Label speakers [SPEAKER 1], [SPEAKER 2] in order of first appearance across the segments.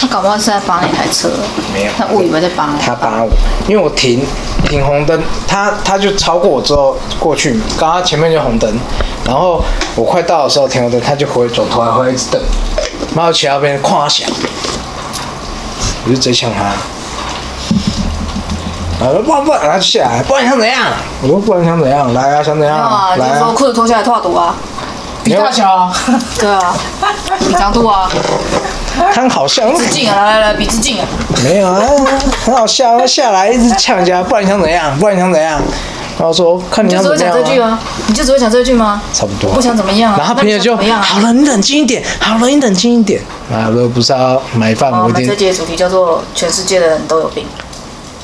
[SPEAKER 1] 他搞不好是在帮那台车，
[SPEAKER 2] 没有
[SPEAKER 1] 他误以为在帮我。
[SPEAKER 2] 他扒我，因为我停停红灯，他他就超过我之后过去，刚刚前面就红灯，然后我快到的时候停红灯，他就回转头来回来一直瞪，然后其他边哐响，我就直接呛他，然后说不然不然，然后他就下来，不然你想怎样？我说不然你想怎样？来啊，想怎样？
[SPEAKER 1] 没有啊，
[SPEAKER 2] 来
[SPEAKER 1] 你说
[SPEAKER 2] 啊，
[SPEAKER 1] 裤子脱下来多少度啊？
[SPEAKER 2] 你要
[SPEAKER 3] 小，
[SPEAKER 1] 对啊，比长度啊，
[SPEAKER 2] 他很好笑，
[SPEAKER 1] 直径啊，来来来，比直径啊。
[SPEAKER 2] 没有啊，很好笑，他下来一直呛人家，不然你想怎样？不然你想怎样？然后说看你
[SPEAKER 1] 你就
[SPEAKER 2] 想
[SPEAKER 1] 只
[SPEAKER 2] 怎
[SPEAKER 1] 会讲
[SPEAKER 2] 么样、
[SPEAKER 1] 这句啊？你就只会讲这句吗？
[SPEAKER 2] 差不多
[SPEAKER 1] 我不想怎么样啊。
[SPEAKER 2] 然后
[SPEAKER 1] 那
[SPEAKER 2] 朋
[SPEAKER 1] 你
[SPEAKER 2] 友
[SPEAKER 1] 想
[SPEAKER 2] 就
[SPEAKER 1] 怎么样啊？
[SPEAKER 2] 好了，你冷静一点，好了，你冷静一点。啊，我又不是要啊买饭，
[SPEAKER 1] 好。我
[SPEAKER 2] 我一
[SPEAKER 1] 们
[SPEAKER 2] 定
[SPEAKER 1] 这集的主题叫做“全世界的人都有病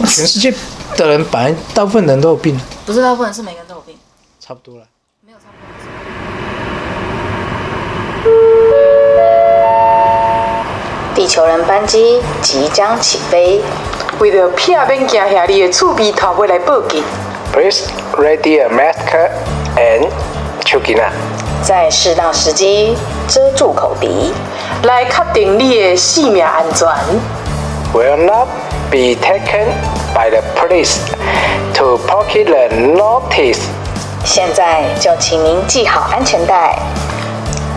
[SPEAKER 2] 全世界的人，本来大部分人都有病，”，
[SPEAKER 1] 不是大部分人是每个人都有病，
[SPEAKER 2] 差不多了。
[SPEAKER 1] 没有差不多。
[SPEAKER 4] 地球人班机即将起飞，
[SPEAKER 3] 为着避免惊吓你的厝边头尾来报警。
[SPEAKER 5] Please ready a mask and chukina.
[SPEAKER 4] 在适当时机遮住口鼻。
[SPEAKER 3] 来确定你的性命安全。
[SPEAKER 6] 哦
[SPEAKER 5] Will not be taken by the police to pocket the notice.
[SPEAKER 4] 现在就请您系好安全带，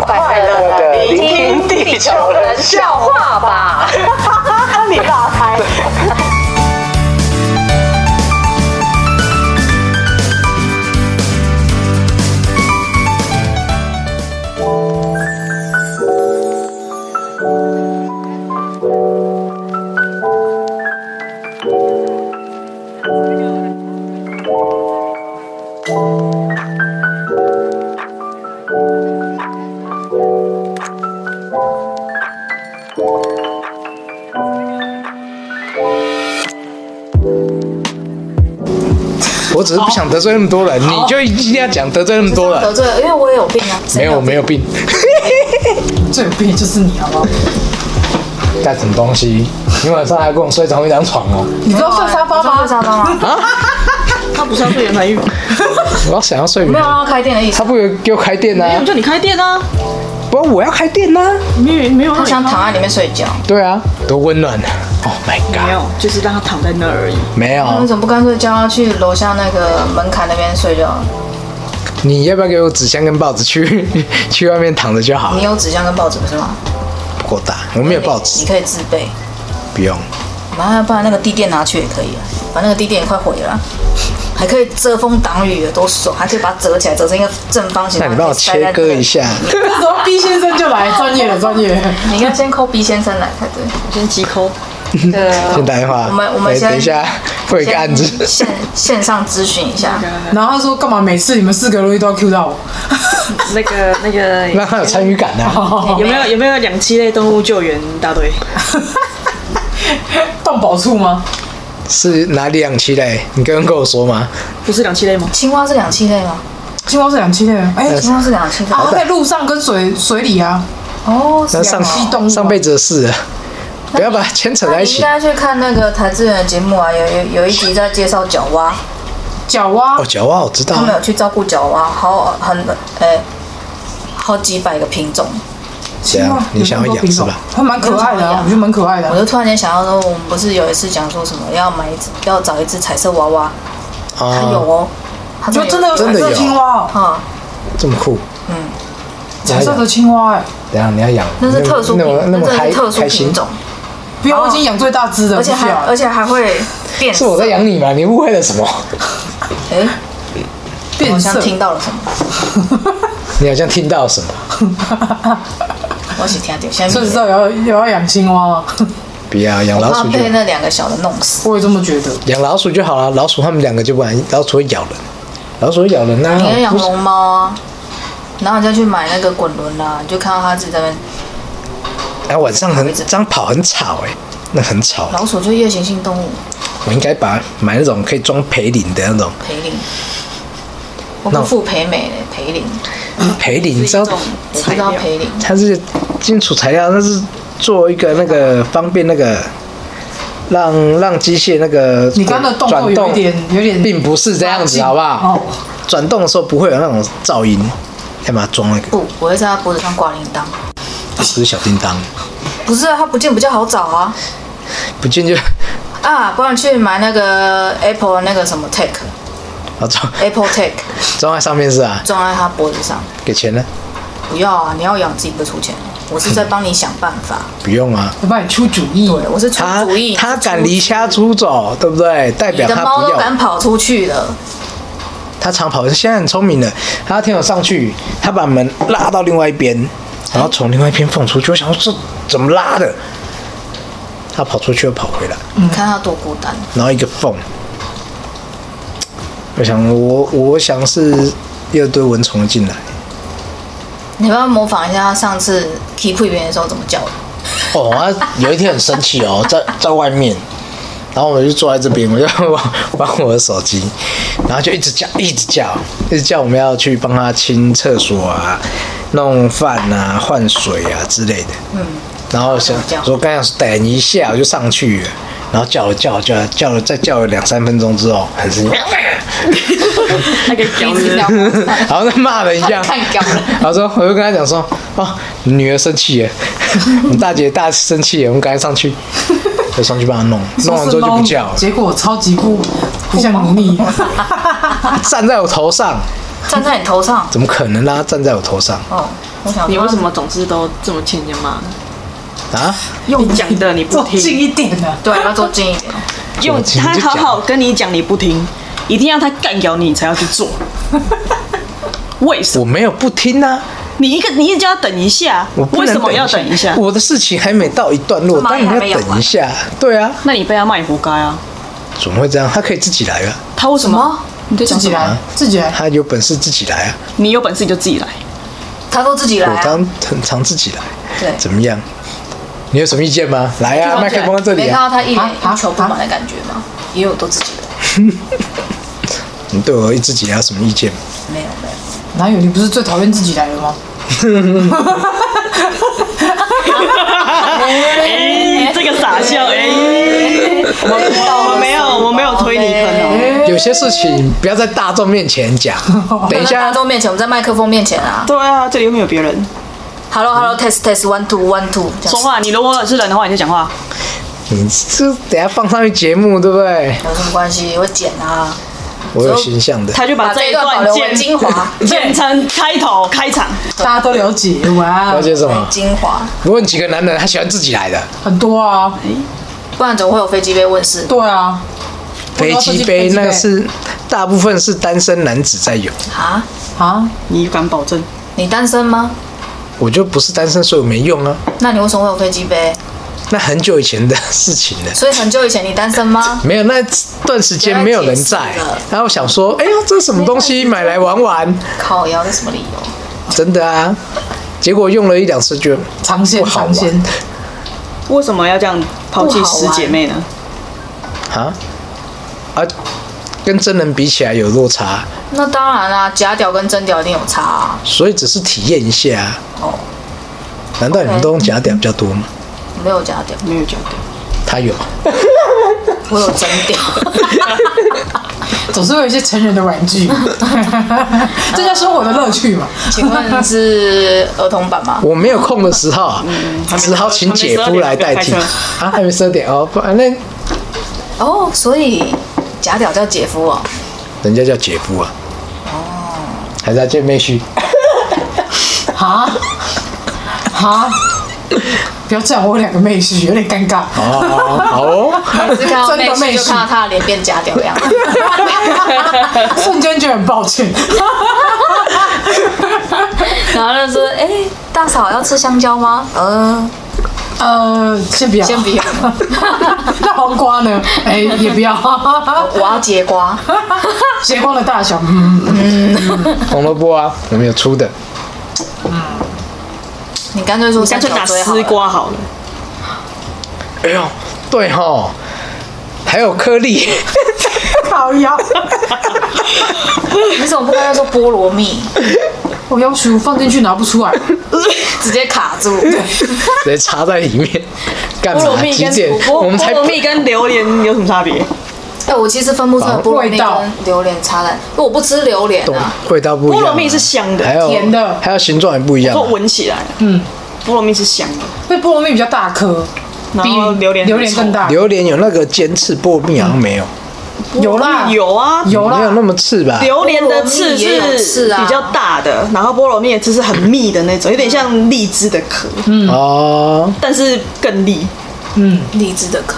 [SPEAKER 4] 快
[SPEAKER 3] 乐
[SPEAKER 4] 乐
[SPEAKER 5] 地
[SPEAKER 4] 的
[SPEAKER 5] 聆
[SPEAKER 3] 听地球人笑
[SPEAKER 4] 话吧。
[SPEAKER 3] 你打开。
[SPEAKER 2] 我只是不想得罪那么多人，你就一定要讲得罪那么多
[SPEAKER 1] 得
[SPEAKER 2] 人。
[SPEAKER 1] 罪了，因为我也有病啊。
[SPEAKER 2] 没有，我没有病。
[SPEAKER 3] 最有病就是你，好不好？
[SPEAKER 2] 干什么东西？你晚上还跟我睡同一张床哦？
[SPEAKER 3] 你都睡沙发
[SPEAKER 1] 我
[SPEAKER 3] 吗
[SPEAKER 1] 睡？沙发
[SPEAKER 2] 啊
[SPEAKER 1] 吗？
[SPEAKER 6] 他不是要睡原来浴吗？
[SPEAKER 2] 我要想要睡
[SPEAKER 1] 没有啊
[SPEAKER 2] 眠。
[SPEAKER 1] 让他开店的意思，
[SPEAKER 2] 他不有给我开店呢、
[SPEAKER 6] 没有，叫你开店啊！
[SPEAKER 2] 不然我要开店呢、
[SPEAKER 6] 没有，没有，
[SPEAKER 1] 他想躺在里面睡觉。
[SPEAKER 2] 对啊，多温暖！Oh my
[SPEAKER 6] 没
[SPEAKER 2] god！
[SPEAKER 6] 有，就是让他躺在那儿而已。
[SPEAKER 2] 没有
[SPEAKER 1] 那，你怎么不干脆叫他去楼下那个门槛那边睡就好了？
[SPEAKER 2] 你要不要给我纸箱跟报纸去 去外面躺着就好
[SPEAKER 1] 你？有纸箱跟报纸不是吗？
[SPEAKER 2] 不够大，我没有报纸
[SPEAKER 1] 你，可以自备。
[SPEAKER 2] 不用。
[SPEAKER 1] 麻烦把那个地垫拿去也可以啊，把那个地垫也快毁了啊， 还可以遮风挡雨的，多爽！还可以把它折起来，折成一个正方形。
[SPEAKER 2] 那你帮我切割一。下，
[SPEAKER 3] 那时候 B 先生就来，专业的专业。
[SPEAKER 1] 你应该先扣 B 先生来才 对。
[SPEAKER 6] 我先急抠，
[SPEAKER 1] 对啊
[SPEAKER 2] 先打电话。
[SPEAKER 1] 我们我们
[SPEAKER 2] 哎
[SPEAKER 1] 先
[SPEAKER 2] 等一下，会有一个案子。
[SPEAKER 1] 线线上咨询一下。
[SPEAKER 7] 啊
[SPEAKER 3] 然后他说干嘛？每次你们四个东西都要 Q 到我。
[SPEAKER 6] 那 个那个
[SPEAKER 2] 让他有参与感啊！
[SPEAKER 6] 有没有有没有两栖类动物救援大队？
[SPEAKER 3] 动保处吗？
[SPEAKER 2] 是哪里两期嘞？你刚刚跟我说吗？
[SPEAKER 6] 不是两栖类吗？
[SPEAKER 1] 青蛙是两栖类吗？
[SPEAKER 3] 青蛙是两栖类的。
[SPEAKER 2] 呃
[SPEAKER 3] 哎、
[SPEAKER 1] 青蛙是两栖类。
[SPEAKER 3] 啊，在路上跟水水里啊。
[SPEAKER 1] 哦，是
[SPEAKER 2] 那
[SPEAKER 1] 这样
[SPEAKER 2] 上
[SPEAKER 1] 哦
[SPEAKER 3] 栖动物啊
[SPEAKER 2] 上辈子的事了，不要把它牵扯
[SPEAKER 1] 那
[SPEAKER 2] 在一
[SPEAKER 1] 你应
[SPEAKER 2] 起。
[SPEAKER 1] 该去看那个台资源的节目啊，有有有一集在介绍角蛙，
[SPEAKER 3] 角蛙
[SPEAKER 2] 哦，脚蛙我知道
[SPEAKER 1] 他，们有去照顾角蛙，好很哎、好几百个品种。
[SPEAKER 2] 怎样？你想要养是吧？？
[SPEAKER 3] 它蛮可爱的、啊，我觉得蛮可爱的
[SPEAKER 1] 我
[SPEAKER 3] 啊、
[SPEAKER 1] 就突然间想到说，我们不是有一次讲说什么要买一只，要找一只彩色娃娃，它有
[SPEAKER 2] 啊，
[SPEAKER 1] 哦，它
[SPEAKER 3] 就真的有
[SPEAKER 2] 真
[SPEAKER 3] 彩
[SPEAKER 2] 的
[SPEAKER 3] 色
[SPEAKER 2] 有
[SPEAKER 3] 青蛙、哦，
[SPEAKER 1] 啊，
[SPEAKER 2] 这么酷！
[SPEAKER 1] 嗯，
[SPEAKER 3] 彩色的青蛙、
[SPEAKER 1] 哦
[SPEAKER 3] 哎，
[SPEAKER 2] 等一下你要养，
[SPEAKER 1] 那是特殊
[SPEAKER 2] 那
[SPEAKER 1] 品，
[SPEAKER 2] 么那么
[SPEAKER 1] 真的
[SPEAKER 2] 开
[SPEAKER 1] 是特殊
[SPEAKER 2] 开心
[SPEAKER 1] 品，种，
[SPEAKER 3] 不要，我已经养最大只的，
[SPEAKER 1] 而且
[SPEAKER 3] 不需
[SPEAKER 1] 还
[SPEAKER 3] 要
[SPEAKER 1] 而且还会变
[SPEAKER 2] 是
[SPEAKER 1] 色。
[SPEAKER 2] 我在养你吗？你误会了什么？
[SPEAKER 1] 哎，我好
[SPEAKER 3] 变
[SPEAKER 1] 像
[SPEAKER 3] 色。
[SPEAKER 1] 听到了什么，
[SPEAKER 2] 你好像听到什么？
[SPEAKER 1] 我是听到，现在
[SPEAKER 3] 所以
[SPEAKER 1] 迷
[SPEAKER 3] 知道
[SPEAKER 1] 了
[SPEAKER 3] 有要有要养青蛙吗？啊
[SPEAKER 2] 不要养
[SPEAKER 1] 我
[SPEAKER 2] 老
[SPEAKER 1] 怕
[SPEAKER 2] 鼠就
[SPEAKER 1] 被那两个小的弄死。
[SPEAKER 7] 我也这么觉得。
[SPEAKER 2] 养老鼠就好了，老鼠他们两个就不然老鼠会咬人，老鼠会咬人呐、
[SPEAKER 1] 你要养
[SPEAKER 2] 不是
[SPEAKER 1] 龙猫啊，然后你再去买那个滚轮啦、你就看到它自己在那边，
[SPEAKER 2] 哎、晚上很这样跑很吵哎、那很吵。
[SPEAKER 1] 老鼠就是夜行性动物，
[SPEAKER 2] 我应该把买那种可以装培林的那种
[SPEAKER 1] 培林。我不
[SPEAKER 2] 那我
[SPEAKER 1] 付培美嘞，培林，
[SPEAKER 2] 培林，你知道
[SPEAKER 1] 我不知道培林，
[SPEAKER 2] 它是金属材料，那是做一个那个方便那个让让机械那个
[SPEAKER 7] 你刚刚的动作
[SPEAKER 2] 转
[SPEAKER 7] 有
[SPEAKER 2] 动
[SPEAKER 7] 一点有点
[SPEAKER 2] 并不是这样子，好不好？
[SPEAKER 7] 哦，
[SPEAKER 2] 转动的时候不会有那种噪音，干嘛装那个？
[SPEAKER 1] 不，我会在它脖子上挂铃铛。
[SPEAKER 2] 不是小叮当，
[SPEAKER 1] 不是啊，它不见比较好找啊
[SPEAKER 2] 不见就
[SPEAKER 1] 啊！不然去买那个 Apple 的那个什么 Tag
[SPEAKER 2] 啊装
[SPEAKER 1] Apple Tag
[SPEAKER 2] 装在上面是啊，
[SPEAKER 1] 装在它脖子上。
[SPEAKER 2] 给钱呢？
[SPEAKER 1] 不要啊，你要养自己不出钱，我是在帮你想办 法。
[SPEAKER 2] 不用啊。
[SPEAKER 7] 我帮你出主意。
[SPEAKER 1] 对，我是出
[SPEAKER 2] 他
[SPEAKER 1] 主意。
[SPEAKER 2] 他
[SPEAKER 1] 你出
[SPEAKER 2] 敢离家出走，对不对？代
[SPEAKER 1] 你
[SPEAKER 2] 表
[SPEAKER 1] 的
[SPEAKER 2] 他
[SPEAKER 1] 猫
[SPEAKER 2] 不
[SPEAKER 1] 都敢
[SPEAKER 2] 要，
[SPEAKER 1] 跑出去了，
[SPEAKER 2] 他常跑。现在很聪明的，他听我上去，他把门拉到另外一边，然后从另外一边放出去。我想说这怎么拉的？他跑出去又跑回来，
[SPEAKER 1] 你看它多孤单。
[SPEAKER 2] 然后一个缝。我想我我想是又堆蚊虫进来。
[SPEAKER 1] 你要不要模仿一下它上次 keep 别人的时候怎么叫 的？
[SPEAKER 2] 哦，他有一天很生气哦，在在外面，然后我就坐在这边，我就 玩玩我的手机，然后就一直叫，一直叫，一直叫我们要去帮他清厕所啊、弄饭啊、换水啊之类的。嗯。然后想
[SPEAKER 1] 这样
[SPEAKER 2] 说刚想等一下，我就上去了，然后叫了叫了叫了叫了再叫了两三分钟之后，很生气，
[SPEAKER 6] 那 个屌人，
[SPEAKER 2] 然后再骂了一 下，
[SPEAKER 1] 太屌了
[SPEAKER 2] 然后说我就跟他讲说，哦，你女儿生气耶， 你大姐大生气耶，我们赶快上 去，就上去帮她弄，弄完之后就不叫了，
[SPEAKER 7] 结果超级不不像奴隶，
[SPEAKER 2] 站在我头上，
[SPEAKER 1] 站在你头上
[SPEAKER 2] 怎么可能让她站在我头上
[SPEAKER 1] 哦，我想
[SPEAKER 6] 你为什么总是都这么欠人家骂？
[SPEAKER 2] 啊？
[SPEAKER 7] 用
[SPEAKER 6] 你讲的你不
[SPEAKER 7] 坐
[SPEAKER 6] 听
[SPEAKER 7] 近一点啊，
[SPEAKER 1] 对要坐近一点？
[SPEAKER 6] 用
[SPEAKER 2] 我今天
[SPEAKER 6] 他
[SPEAKER 2] 就
[SPEAKER 6] 好
[SPEAKER 2] 讲
[SPEAKER 6] 好跟你讲，你不听，一定要他干掉你，你才要去 做。为什
[SPEAKER 2] 我
[SPEAKER 6] 么？
[SPEAKER 2] 没有不听啊，
[SPEAKER 6] 你一个你一直要等一下
[SPEAKER 2] 我，不
[SPEAKER 6] 为
[SPEAKER 2] 能
[SPEAKER 6] 什么要等一下？
[SPEAKER 2] 我的事情还没到一段落，
[SPEAKER 1] 这蚂蚁
[SPEAKER 2] 当然
[SPEAKER 1] 还没
[SPEAKER 2] 要
[SPEAKER 1] 养
[SPEAKER 2] 等
[SPEAKER 1] 完
[SPEAKER 2] 一下，对啊，
[SPEAKER 6] 那你被他骂，你活该啊！
[SPEAKER 2] 怎么会这样？她可以自己来啊，
[SPEAKER 6] 他为什么？你在
[SPEAKER 7] 自
[SPEAKER 6] 讲什
[SPEAKER 7] 己
[SPEAKER 6] 么？
[SPEAKER 7] 来，自己来。
[SPEAKER 2] 她有本事自己来啊，
[SPEAKER 6] 你有本事你就自己来。
[SPEAKER 1] 它都自己来
[SPEAKER 2] 我
[SPEAKER 1] 啊。
[SPEAKER 2] 当很常自己来，
[SPEAKER 1] 对，
[SPEAKER 2] 怎么样？你有什么意见吗？来啊，麦克风在这
[SPEAKER 1] 哦没
[SPEAKER 2] 里
[SPEAKER 1] 看
[SPEAKER 2] 啊，
[SPEAKER 1] 到它一
[SPEAKER 7] 啊
[SPEAKER 1] 脸
[SPEAKER 7] 啊
[SPEAKER 1] 欲求不满的感觉吗？也有都自己来，
[SPEAKER 2] 你对我自己来有什么意见吗？
[SPEAKER 1] 没有没有。
[SPEAKER 7] 哪有？你不是最讨厌自己来的吗？
[SPEAKER 6] 哎，这个傻笑，哎，我我没有我没有推你坑哦。
[SPEAKER 2] 有些事情不要在大众面前 讲，等一
[SPEAKER 1] 在大
[SPEAKER 2] 下，
[SPEAKER 1] 众面前，我们在麦克风面前啊。
[SPEAKER 6] 对啊，这里又没有别人
[SPEAKER 1] Hello Hello Test Test One Two One Two，这
[SPEAKER 6] 说
[SPEAKER 1] 样
[SPEAKER 6] 话。你如果是人的话，你就讲话。
[SPEAKER 2] 你这等一下放上去节目，对不对？
[SPEAKER 1] 有什么关系？我剪啊，
[SPEAKER 2] 我有形象的，
[SPEAKER 6] 他就把
[SPEAKER 1] 把这
[SPEAKER 6] 这
[SPEAKER 1] 一
[SPEAKER 6] 一
[SPEAKER 1] 段保
[SPEAKER 6] 段
[SPEAKER 1] 留为
[SPEAKER 6] 剪
[SPEAKER 1] 精华，
[SPEAKER 6] 剪成开头开场。
[SPEAKER 7] 大家都了解，哇
[SPEAKER 2] 了，解什么？
[SPEAKER 1] 精华，
[SPEAKER 2] 我问几个男人，他喜欢自己来的
[SPEAKER 7] 很多啊，
[SPEAKER 1] 不然总会有飞机杯问世。
[SPEAKER 7] 对啊，
[SPEAKER 2] 飞机杯，那个是大部分是单身男子在有，
[SPEAKER 1] 啊，
[SPEAKER 7] 啊，
[SPEAKER 6] 你敢保证？
[SPEAKER 1] 你单身吗？
[SPEAKER 2] 我就不是单身，所以我没用啊。
[SPEAKER 1] 那你为什么会有飞机杯？
[SPEAKER 2] 那很久以前的事情了。
[SPEAKER 1] 所以很久以前你单身吗？
[SPEAKER 2] 没有，那段时间没有人在
[SPEAKER 1] 不要解释了，
[SPEAKER 2] 然后我想说，哎呀，这是什么东西买来玩玩？
[SPEAKER 1] 靠腰，这什么理由？
[SPEAKER 2] 真的啊，结果用了一两次就
[SPEAKER 7] 尝鲜
[SPEAKER 2] 不好
[SPEAKER 7] 尝
[SPEAKER 2] 玩
[SPEAKER 7] 鲜，
[SPEAKER 6] 为什么要这样抛弃师姐妹呢？
[SPEAKER 2] 啊啊，跟真人比起来有落差，
[SPEAKER 1] 那当然啦、假屌跟真屌一定有差啊。
[SPEAKER 2] 所以只是体验一下啊。
[SPEAKER 1] 哦，
[SPEAKER 2] 难道你们都用假屌比较多吗？
[SPEAKER 1] 没有假屌，
[SPEAKER 6] 没有讲对。
[SPEAKER 2] 他有，
[SPEAKER 1] 我有真屌。
[SPEAKER 7] 总是会有一些成人的玩 具，这叫生活的乐趣嘛。
[SPEAKER 1] 请问是儿童版吗？
[SPEAKER 2] 我没有空的时候啊，
[SPEAKER 6] 嗯
[SPEAKER 2] 只好请姐夫来代替
[SPEAKER 6] 还没
[SPEAKER 2] 啊
[SPEAKER 6] 十二点不。
[SPEAKER 2] 还没十二点哦，反正
[SPEAKER 1] 哦，所以假屌叫姐夫哦。
[SPEAKER 2] 人家叫姐夫啊。还在见妹婿，
[SPEAKER 7] 哈哈，啊不要这样，我有两个妹婿，有点尴尬。
[SPEAKER 2] 哦好哦，
[SPEAKER 1] 是看 到
[SPEAKER 7] 真
[SPEAKER 1] 妹
[SPEAKER 7] 的
[SPEAKER 1] 妹
[SPEAKER 7] 妹
[SPEAKER 1] 就看到
[SPEAKER 7] 婿，
[SPEAKER 1] 她的脸变假屌的 样子。
[SPEAKER 7] 瞬间觉得很抱歉。
[SPEAKER 1] 然后就说：“哎、大嫂要吃香蕉吗？”嗯、
[SPEAKER 7] 呃，先不要，
[SPEAKER 1] 先不要。
[SPEAKER 7] 那黄瓜呢？哎，也不要。
[SPEAKER 1] 我要结瓜，
[SPEAKER 7] 斜光的大小，嗯，
[SPEAKER 2] 红萝卜啊，我们有粗的，
[SPEAKER 1] 你干脆说
[SPEAKER 6] 干脆
[SPEAKER 1] 三
[SPEAKER 6] 打
[SPEAKER 1] 角锥好
[SPEAKER 6] 丝
[SPEAKER 1] 了，
[SPEAKER 6] 瓜好了。
[SPEAKER 2] 哎呦，对吼，还有颗粒，
[SPEAKER 7] 好呀。
[SPEAKER 1] 你怎么不干脆说菠萝蜜？
[SPEAKER 7] 我要求放进去拿不出来，
[SPEAKER 1] 直接卡住，
[SPEAKER 2] 直接插在里面，干
[SPEAKER 6] 菠萝
[SPEAKER 2] 嘛？
[SPEAKER 6] 蜜
[SPEAKER 2] 几
[SPEAKER 6] 跟
[SPEAKER 2] 点？我们
[SPEAKER 6] 菠菠
[SPEAKER 2] 才
[SPEAKER 6] 萝蜜跟榴莲有什么差别？
[SPEAKER 1] 哎、我其实分不出来菠萝蜜
[SPEAKER 7] 味道
[SPEAKER 1] 跟榴莲差在，因为我不吃榴莲
[SPEAKER 2] 懂
[SPEAKER 1] 啊。
[SPEAKER 2] 味道不一样啊。
[SPEAKER 6] 菠萝蜜是香的
[SPEAKER 2] 还有
[SPEAKER 7] 甜的
[SPEAKER 2] 还有形状也不一样啊
[SPEAKER 6] 说。闻起来，嗯，菠萝蜜是香的，
[SPEAKER 7] 那菠萝蜜比较大颗，
[SPEAKER 6] 然
[SPEAKER 7] 比
[SPEAKER 6] 后榴莲
[SPEAKER 7] 榴莲更，大，
[SPEAKER 2] 榴莲有那个尖刺，菠萝蜜好像没有，
[SPEAKER 7] 有啦
[SPEAKER 6] 有啊，
[SPEAKER 7] 有
[SPEAKER 2] 没有那
[SPEAKER 7] 啦，
[SPEAKER 2] 么刺吧？
[SPEAKER 6] 榴莲的刺
[SPEAKER 1] 啊菠萝蜜也有刺
[SPEAKER 6] 是
[SPEAKER 1] 啊
[SPEAKER 6] 比较大的，然后菠萝蜜的刺是很密的那种，有点像荔枝的壳，
[SPEAKER 1] 嗯
[SPEAKER 2] 哦，
[SPEAKER 6] 但是更利。
[SPEAKER 1] 荔枝的壳，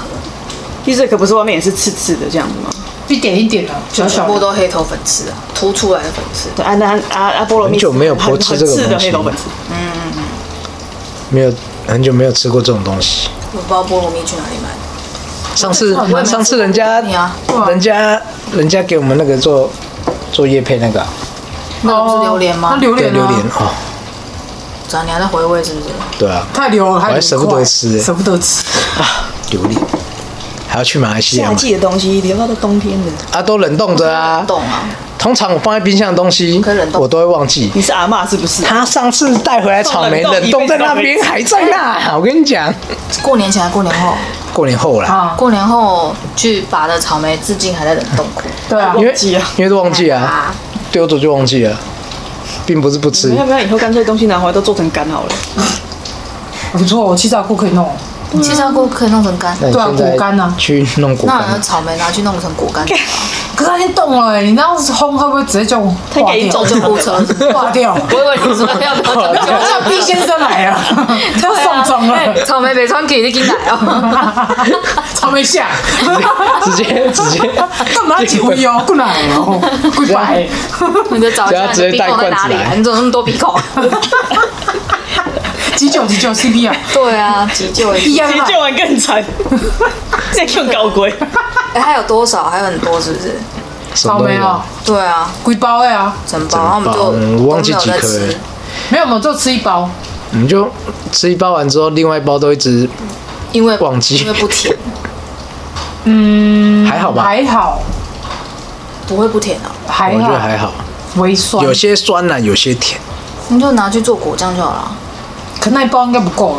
[SPEAKER 6] 荔枝的壳不是外面也是刺刺的这样子吗？
[SPEAKER 7] 一点一点的，小
[SPEAKER 1] 全
[SPEAKER 7] 小
[SPEAKER 1] 部
[SPEAKER 7] 的。
[SPEAKER 1] 都黑头粉刺啊，凸出来的粉刺。
[SPEAKER 6] 对，啊那啊啊菠萝蜜
[SPEAKER 2] 很久没有不
[SPEAKER 6] 很
[SPEAKER 2] 吃
[SPEAKER 6] 很
[SPEAKER 2] 这个
[SPEAKER 6] 刺的
[SPEAKER 2] 东西
[SPEAKER 6] 黑头粉刺，
[SPEAKER 2] 没有，很久没有吃过这种东西。
[SPEAKER 1] 我不知道菠萝蜜去哪里买的，
[SPEAKER 2] 上次
[SPEAKER 7] 我也没吃过
[SPEAKER 2] 上次人家
[SPEAKER 1] 你啊
[SPEAKER 2] 人家人家给我们那个做做叶配那个啊
[SPEAKER 1] 那不是榴莲吗
[SPEAKER 7] 那？榴
[SPEAKER 2] 对
[SPEAKER 7] 莲
[SPEAKER 2] 榴莲
[SPEAKER 7] 啊，
[SPEAKER 2] 哦，
[SPEAKER 1] 咋你还在回味是不是？
[SPEAKER 2] 对啊，
[SPEAKER 7] 太榴了，还
[SPEAKER 2] 我还舍不得吃欸
[SPEAKER 7] 舍不得吃。
[SPEAKER 2] 榴莲还要去马来西亚
[SPEAKER 6] 夏
[SPEAKER 2] 买
[SPEAKER 6] 季的东西留到冬天的。
[SPEAKER 2] 啊，都冷冻着啊。
[SPEAKER 1] 懂啊，
[SPEAKER 2] 通常我放在冰箱的东西
[SPEAKER 1] 可以冷，冻
[SPEAKER 2] 我都会忘记。
[SPEAKER 6] 你是阿嬷是不是？
[SPEAKER 2] 他上次带回来草莓
[SPEAKER 6] 放冷冻
[SPEAKER 2] 冷冻在那
[SPEAKER 6] 一辈
[SPEAKER 2] 边
[SPEAKER 6] 子都没吃
[SPEAKER 2] 还在那，我跟你讲，
[SPEAKER 1] 过年前还过年后？
[SPEAKER 2] 过年后啦，
[SPEAKER 7] 啊，
[SPEAKER 1] 过年后去拔的草莓，至今还在冷冻库。
[SPEAKER 7] 对啊，
[SPEAKER 2] 因为
[SPEAKER 6] 忘记啊
[SPEAKER 2] 因为都忘记啊，丢着就忘记了，并不是不吃
[SPEAKER 6] 你。要不要以后干脆东西拿回来都做成干好了？
[SPEAKER 7] 不错，气炸锅可以弄。
[SPEAKER 1] 其实锅可以弄成干，
[SPEAKER 2] 那你
[SPEAKER 7] 对啊
[SPEAKER 2] 现在
[SPEAKER 7] 果干啊
[SPEAKER 2] 去弄果
[SPEAKER 1] 那我拿
[SPEAKER 2] 干，
[SPEAKER 1] 草莓拿去弄成果 干，
[SPEAKER 7] 可是它已经冻了，你那样子烘会不会直接就
[SPEAKER 6] 他
[SPEAKER 7] 化
[SPEAKER 6] 给你
[SPEAKER 7] 掉
[SPEAKER 1] 救？救护车。
[SPEAKER 7] 化掉？
[SPEAKER 1] 我以为你说要不要
[SPEAKER 7] 怎么 叫 B 先生来啊？要送终了，
[SPEAKER 1] 哎草莓北川给你进来 哦。
[SPEAKER 7] 草莓下，
[SPEAKER 2] 直接直接，
[SPEAKER 7] 干嘛几回 哦？过来哦，Goodbye。
[SPEAKER 1] 你就找一下你的鼻孔在哪里啊？你怎么那么多鼻孔？
[SPEAKER 7] 急救急救 CP 啊，
[SPEAKER 1] 对啊，急救一
[SPEAKER 7] 一
[SPEAKER 1] 下。
[SPEAKER 7] 样
[SPEAKER 6] 其实
[SPEAKER 7] 啊，
[SPEAKER 6] 就完更惨， 这更搞 鬼。
[SPEAKER 1] 哎，还有多少？还有很多是不是？
[SPEAKER 2] 什么
[SPEAKER 7] 草
[SPEAKER 2] 都
[SPEAKER 7] 莓
[SPEAKER 2] 有
[SPEAKER 7] 啊，，
[SPEAKER 1] 对啊，
[SPEAKER 7] 几包的啊，
[SPEAKER 1] 整包，然后我们就
[SPEAKER 2] 嗯我忘记
[SPEAKER 1] 都没
[SPEAKER 2] 几
[SPEAKER 1] 有在
[SPEAKER 2] 颗了
[SPEAKER 1] 吃。
[SPEAKER 7] 没有，我们就吃一包。
[SPEAKER 2] 我们就吃一包完之后，另外一包都一直
[SPEAKER 1] 因为
[SPEAKER 2] 忘记
[SPEAKER 1] 因为不甜，
[SPEAKER 2] 还好吧，
[SPEAKER 7] 还好，
[SPEAKER 1] 不会不甜啊，
[SPEAKER 7] 还
[SPEAKER 2] 我觉得
[SPEAKER 7] 好，
[SPEAKER 2] 还好，
[SPEAKER 7] 微酸。
[SPEAKER 2] 有些酸啊啦，有些甜，
[SPEAKER 1] 你就拿去做果酱就好了。
[SPEAKER 7] 可那一包应该不够，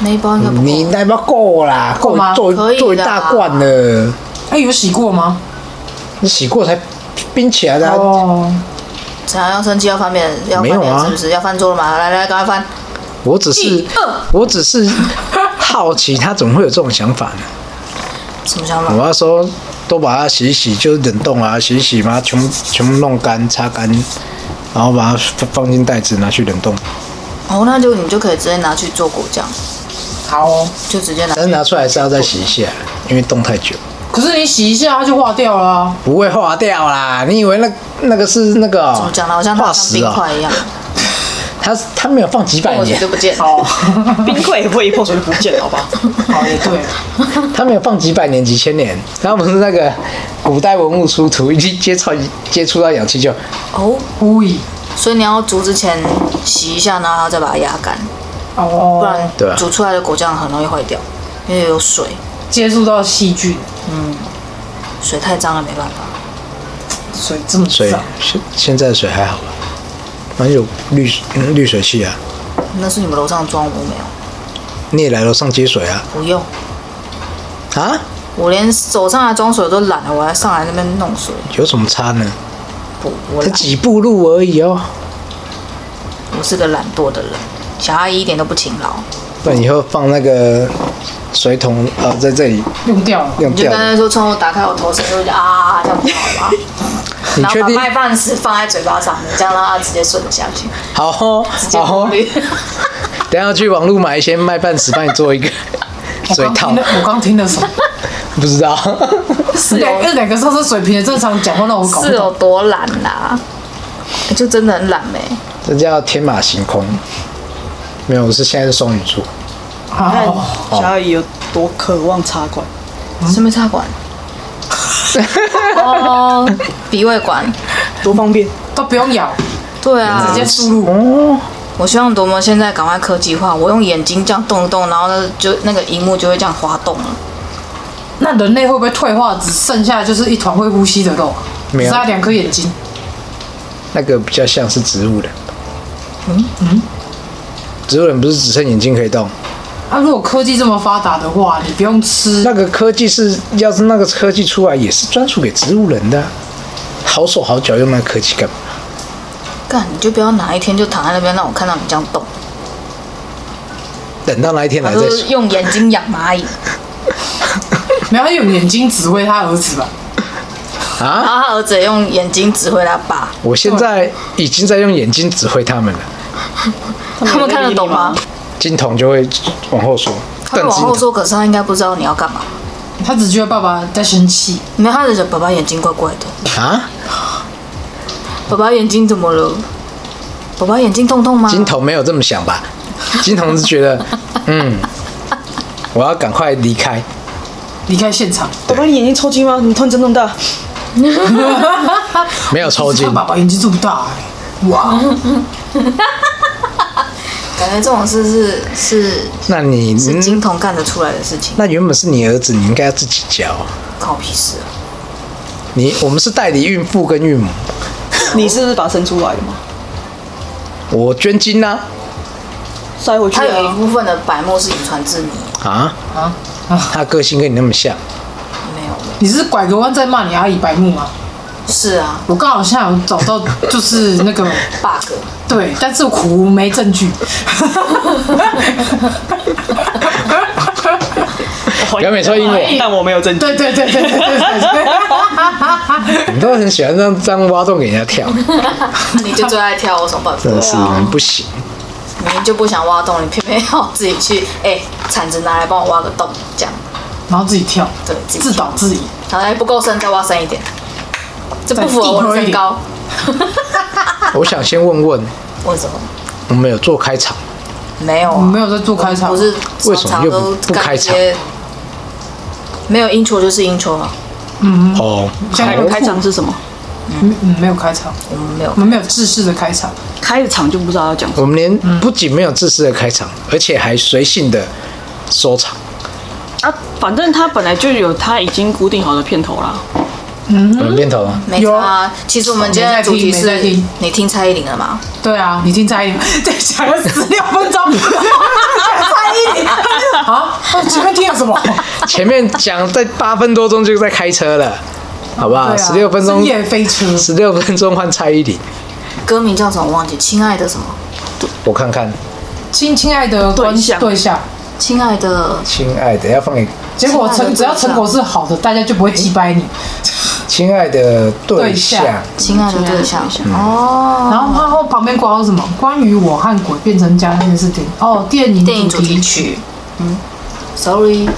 [SPEAKER 1] 那一包应该不
[SPEAKER 2] 你
[SPEAKER 1] 够，
[SPEAKER 2] 那包够啦，
[SPEAKER 7] 够
[SPEAKER 2] 够
[SPEAKER 7] 吗
[SPEAKER 1] 可
[SPEAKER 2] 做
[SPEAKER 1] 以
[SPEAKER 2] 做一
[SPEAKER 1] 啦
[SPEAKER 2] 大罐了，
[SPEAKER 7] 哎，有洗过吗？
[SPEAKER 2] 你洗过才冰起来的啊，
[SPEAKER 7] 哦，
[SPEAKER 1] 想要生气要翻面，要
[SPEAKER 2] 没
[SPEAKER 1] 翻
[SPEAKER 2] 有
[SPEAKER 1] 面
[SPEAKER 2] 啊
[SPEAKER 1] 是不是？要翻桌了嘛？来来，赶快翻。
[SPEAKER 2] 我只是我只是好奇他怎么会有这种想法呢？
[SPEAKER 1] 什么想法？
[SPEAKER 2] 我要说都把它洗一洗，就是冷冻啊，洗一洗嘛，全部全部弄干、擦干，然后把它放放进袋子拿去冷冻，
[SPEAKER 1] 哦，那就你就可以直接拿去做果酱，
[SPEAKER 7] 好哦。
[SPEAKER 1] 就直接拿
[SPEAKER 2] 但。是拿出来是要再洗一下，因为冻太久
[SPEAKER 7] 可是你洗一下它就化掉了啊。
[SPEAKER 2] 不会化掉啦。你以为那那个是那个、
[SPEAKER 1] 怎
[SPEAKER 2] 哦
[SPEAKER 1] 么讲呢？好像它
[SPEAKER 2] 化
[SPEAKER 1] 像
[SPEAKER 2] 石
[SPEAKER 1] 冰
[SPEAKER 2] 啊、哎
[SPEAKER 1] 块一样，
[SPEAKER 2] 它它没有放几百
[SPEAKER 1] 过去
[SPEAKER 2] 年
[SPEAKER 1] 就，不见了。
[SPEAKER 7] 哦，
[SPEAKER 6] 冰柜也不会一破水就不见了，好 吧？
[SPEAKER 7] 好也对，
[SPEAKER 2] 它没有放几百年、几千年。然后不是那个古代文物出土，一接触接触到氧气就
[SPEAKER 1] 哦，
[SPEAKER 7] 无以
[SPEAKER 1] 所以你要煮之前洗一下，然后再把它压干，不
[SPEAKER 7] 哦，
[SPEAKER 1] 然
[SPEAKER 2] 哦对啊
[SPEAKER 1] 煮出来的果酱很容易坏掉，因为有水，
[SPEAKER 7] 接触到细菌，
[SPEAKER 1] 水太脏了没办法。
[SPEAKER 7] 水这么
[SPEAKER 2] 水
[SPEAKER 7] 脏，，
[SPEAKER 2] 现现在的水还好吧？反正有滤嗯滤水器啊，
[SPEAKER 1] 那是你们楼上装，我没有，
[SPEAKER 2] 你也来楼上接水啊
[SPEAKER 1] 不用。
[SPEAKER 2] 啊？
[SPEAKER 1] 我连手上来装水都懒了，我还上来那边弄水，
[SPEAKER 2] 有什么差呢？
[SPEAKER 1] 不，我
[SPEAKER 2] 才
[SPEAKER 1] 懒，
[SPEAKER 2] 几步路而已哦。
[SPEAKER 1] 我是个懒惰的人，小阿姨一点都不勤劳，
[SPEAKER 2] 不然以后放那个水桶呃，在这里
[SPEAKER 7] 用掉了。
[SPEAKER 2] 用
[SPEAKER 1] 你就
[SPEAKER 2] 掉
[SPEAKER 1] 刚
[SPEAKER 2] 的。
[SPEAKER 1] 才说从我打开我头绳，我就啊，这样不好吧？
[SPEAKER 2] 你
[SPEAKER 1] 然后
[SPEAKER 2] 确
[SPEAKER 1] 把
[SPEAKER 2] 定？
[SPEAKER 1] 麦饭石放在嘴巴上，这样让它直接顺下去，
[SPEAKER 2] 好哦，
[SPEAKER 1] 直接
[SPEAKER 2] 好
[SPEAKER 1] 过
[SPEAKER 2] 哦。
[SPEAKER 1] 滤。
[SPEAKER 2] 等一下去网络买一些麦饭石，帮你 做一个水
[SPEAKER 7] 我刚
[SPEAKER 2] 套
[SPEAKER 7] 听。了我刚听了什么？
[SPEAKER 2] 不知道，
[SPEAKER 7] 是两个两个上升水平的正常讲话让我搞不
[SPEAKER 1] 是有
[SPEAKER 7] 懂。
[SPEAKER 1] 多懒啦、欸就真的很懒没、
[SPEAKER 2] 这叫天马行空。没有，我是现在是双鱼座，
[SPEAKER 6] 你看小阿姨有多渴望插管，
[SPEAKER 1] 什么插管？ 哦，鼻胃管。
[SPEAKER 6] 多方便。
[SPEAKER 7] 都不用咬，
[SPEAKER 1] 对啊，
[SPEAKER 7] 直接
[SPEAKER 2] 嗯
[SPEAKER 7] 输入。
[SPEAKER 1] 我希望多么现在赶快科技化，我用眼睛这样动一动，然后呢就那个荧幕就会这样滑动了。
[SPEAKER 7] 那人类会不会退化，只剩下就是一团会呼吸的肉啊？
[SPEAKER 2] 没有
[SPEAKER 7] 只剩下两颗眼睛，
[SPEAKER 2] 那个比较像是植物人。嗯嗯，植物人不是只剩眼睛可以动？
[SPEAKER 7] 啊，如果科技这么发达的话，你不用吃
[SPEAKER 2] 那，个科技是，要是那个科技出来，也是专属给植物人的啊、好手好脚用那个科技干嘛？
[SPEAKER 1] 干，你就不要哪一天就躺在那边让我看到你这样动，
[SPEAKER 2] 等到那一天
[SPEAKER 1] 他
[SPEAKER 2] 来再
[SPEAKER 1] 说
[SPEAKER 2] 说。
[SPEAKER 1] 用眼睛养蚂蚁，
[SPEAKER 7] 没有他用眼睛指挥他儿子吧？
[SPEAKER 1] 然后他儿子也用眼睛指挥他爸，
[SPEAKER 2] 啊我现在已经在用眼睛指挥他们了，
[SPEAKER 1] 他们看得懂吗？
[SPEAKER 2] 金童就会往后说，
[SPEAKER 1] 他
[SPEAKER 2] 但
[SPEAKER 1] 们往
[SPEAKER 2] 金
[SPEAKER 1] 后
[SPEAKER 2] 童
[SPEAKER 1] 说，可是他应该不知道你要干嘛。
[SPEAKER 7] 他只觉得爸爸在生气，
[SPEAKER 1] 没有，他的爸爸眼睛怪怪的，
[SPEAKER 2] 啊，
[SPEAKER 1] 爸爸眼睛怎么了？爸爸眼睛痛痛吗？
[SPEAKER 2] 金童没有这么想吧？金童是 觉得，嗯，我要赶快离开。
[SPEAKER 7] 离开现场。
[SPEAKER 6] 宝宝，你眼睛抽筋吗？你突然睁这么大，
[SPEAKER 2] 没有抽筋
[SPEAKER 7] 他爸爸眼睛这么大、欸，哇！
[SPEAKER 1] 嗯感觉这种事是是
[SPEAKER 2] 那你
[SPEAKER 1] 是金
[SPEAKER 2] 嗯
[SPEAKER 1] 童干得出来的事情，
[SPEAKER 2] 那原本是你儿子，你应该要自己教。
[SPEAKER 1] 靠屁事啊！
[SPEAKER 2] 你我们是代理孕妇跟孕母，
[SPEAKER 6] 你是不是把它生出来的吗？
[SPEAKER 2] 我捐精啊
[SPEAKER 6] 塞回去
[SPEAKER 1] 他有一
[SPEAKER 6] 啊！
[SPEAKER 1] 部分的白目是遗传至你，
[SPEAKER 2] 啊啊！他个性跟你那么像，
[SPEAKER 1] 没有，
[SPEAKER 7] 你是拐个弯在骂你阿姨白目吗？
[SPEAKER 1] 是啊
[SPEAKER 7] 我刚好现在有找到，就是那个
[SPEAKER 1] ，bug。
[SPEAKER 7] 对，但是苦无没 证据。
[SPEAKER 2] 表妹说因为
[SPEAKER 6] 但我没有证据。
[SPEAKER 7] 对对对对对对对
[SPEAKER 2] 你都很喜欢这样这样挖洞给人家 跳，
[SPEAKER 1] 你就最爱挑，我有什么办法
[SPEAKER 2] 真？的是你们不行。
[SPEAKER 1] 明明就不想挖洞，你偏偏要自己去，哎、铲子拿来帮我挖个洞，这样，
[SPEAKER 7] 然后自己跳，
[SPEAKER 1] 对，自己
[SPEAKER 7] 自导自演。
[SPEAKER 1] 然后哎不够深，再挖深一点，这不符合我的身高。
[SPEAKER 2] 我想先问问，
[SPEAKER 1] 为什么？
[SPEAKER 2] 我们有做开场，
[SPEAKER 1] 没有、
[SPEAKER 7] 我
[SPEAKER 1] 啊，
[SPEAKER 7] 们没有在做开场，
[SPEAKER 1] 不是
[SPEAKER 2] 为什么又不不开场？
[SPEAKER 1] 没有 intro 就是 intro 啊，
[SPEAKER 2] 哦，
[SPEAKER 7] 现在有
[SPEAKER 6] 开场是什么？
[SPEAKER 7] 嗯嗯没有开场，
[SPEAKER 1] 我们没有
[SPEAKER 7] 我。们没有制式的开场，
[SPEAKER 6] 开场就不知道要讲什么。
[SPEAKER 2] 我们连不仅没有自私的开场，而且还随性的收场。
[SPEAKER 6] 啊，反正他本来就有他已经固定好的片头啦。
[SPEAKER 7] 嗯
[SPEAKER 2] 我们片头啊，
[SPEAKER 1] 没差、啊，其实我们今天的主题
[SPEAKER 7] 没在
[SPEAKER 1] 是
[SPEAKER 7] 听没在听，
[SPEAKER 1] 你听蔡依林了吗？
[SPEAKER 7] 对啊，你听蔡 依林，对，讲了十六 分钟， 蔡依林，他就啊，那前面听了什么？
[SPEAKER 2] 前面讲在八分多钟就在开车了，好不好？
[SPEAKER 7] 对啊
[SPEAKER 2] 十六、分钟
[SPEAKER 7] 深，夜飞车，
[SPEAKER 2] 十六分钟换蔡依林，
[SPEAKER 1] 歌名叫什么？我忘记，亲爱的什么？
[SPEAKER 2] 我看看，
[SPEAKER 7] 亲亲爱的关
[SPEAKER 6] 对象
[SPEAKER 7] 对象，
[SPEAKER 1] 亲爱的，
[SPEAKER 2] 亲爱的，要放给
[SPEAKER 7] 结果
[SPEAKER 1] 亲爱的
[SPEAKER 7] 成只要成果是好的，大家就不会击败你。
[SPEAKER 2] 亲爱的对
[SPEAKER 7] 对象
[SPEAKER 2] 象，
[SPEAKER 1] 亲爱的对象。哦
[SPEAKER 7] 然后然后旁边挂到什么？关于我和鬼变成家那件事情。哦，电影
[SPEAKER 1] 电影主
[SPEAKER 7] 题
[SPEAKER 1] 题。曲。嗯，Sorry，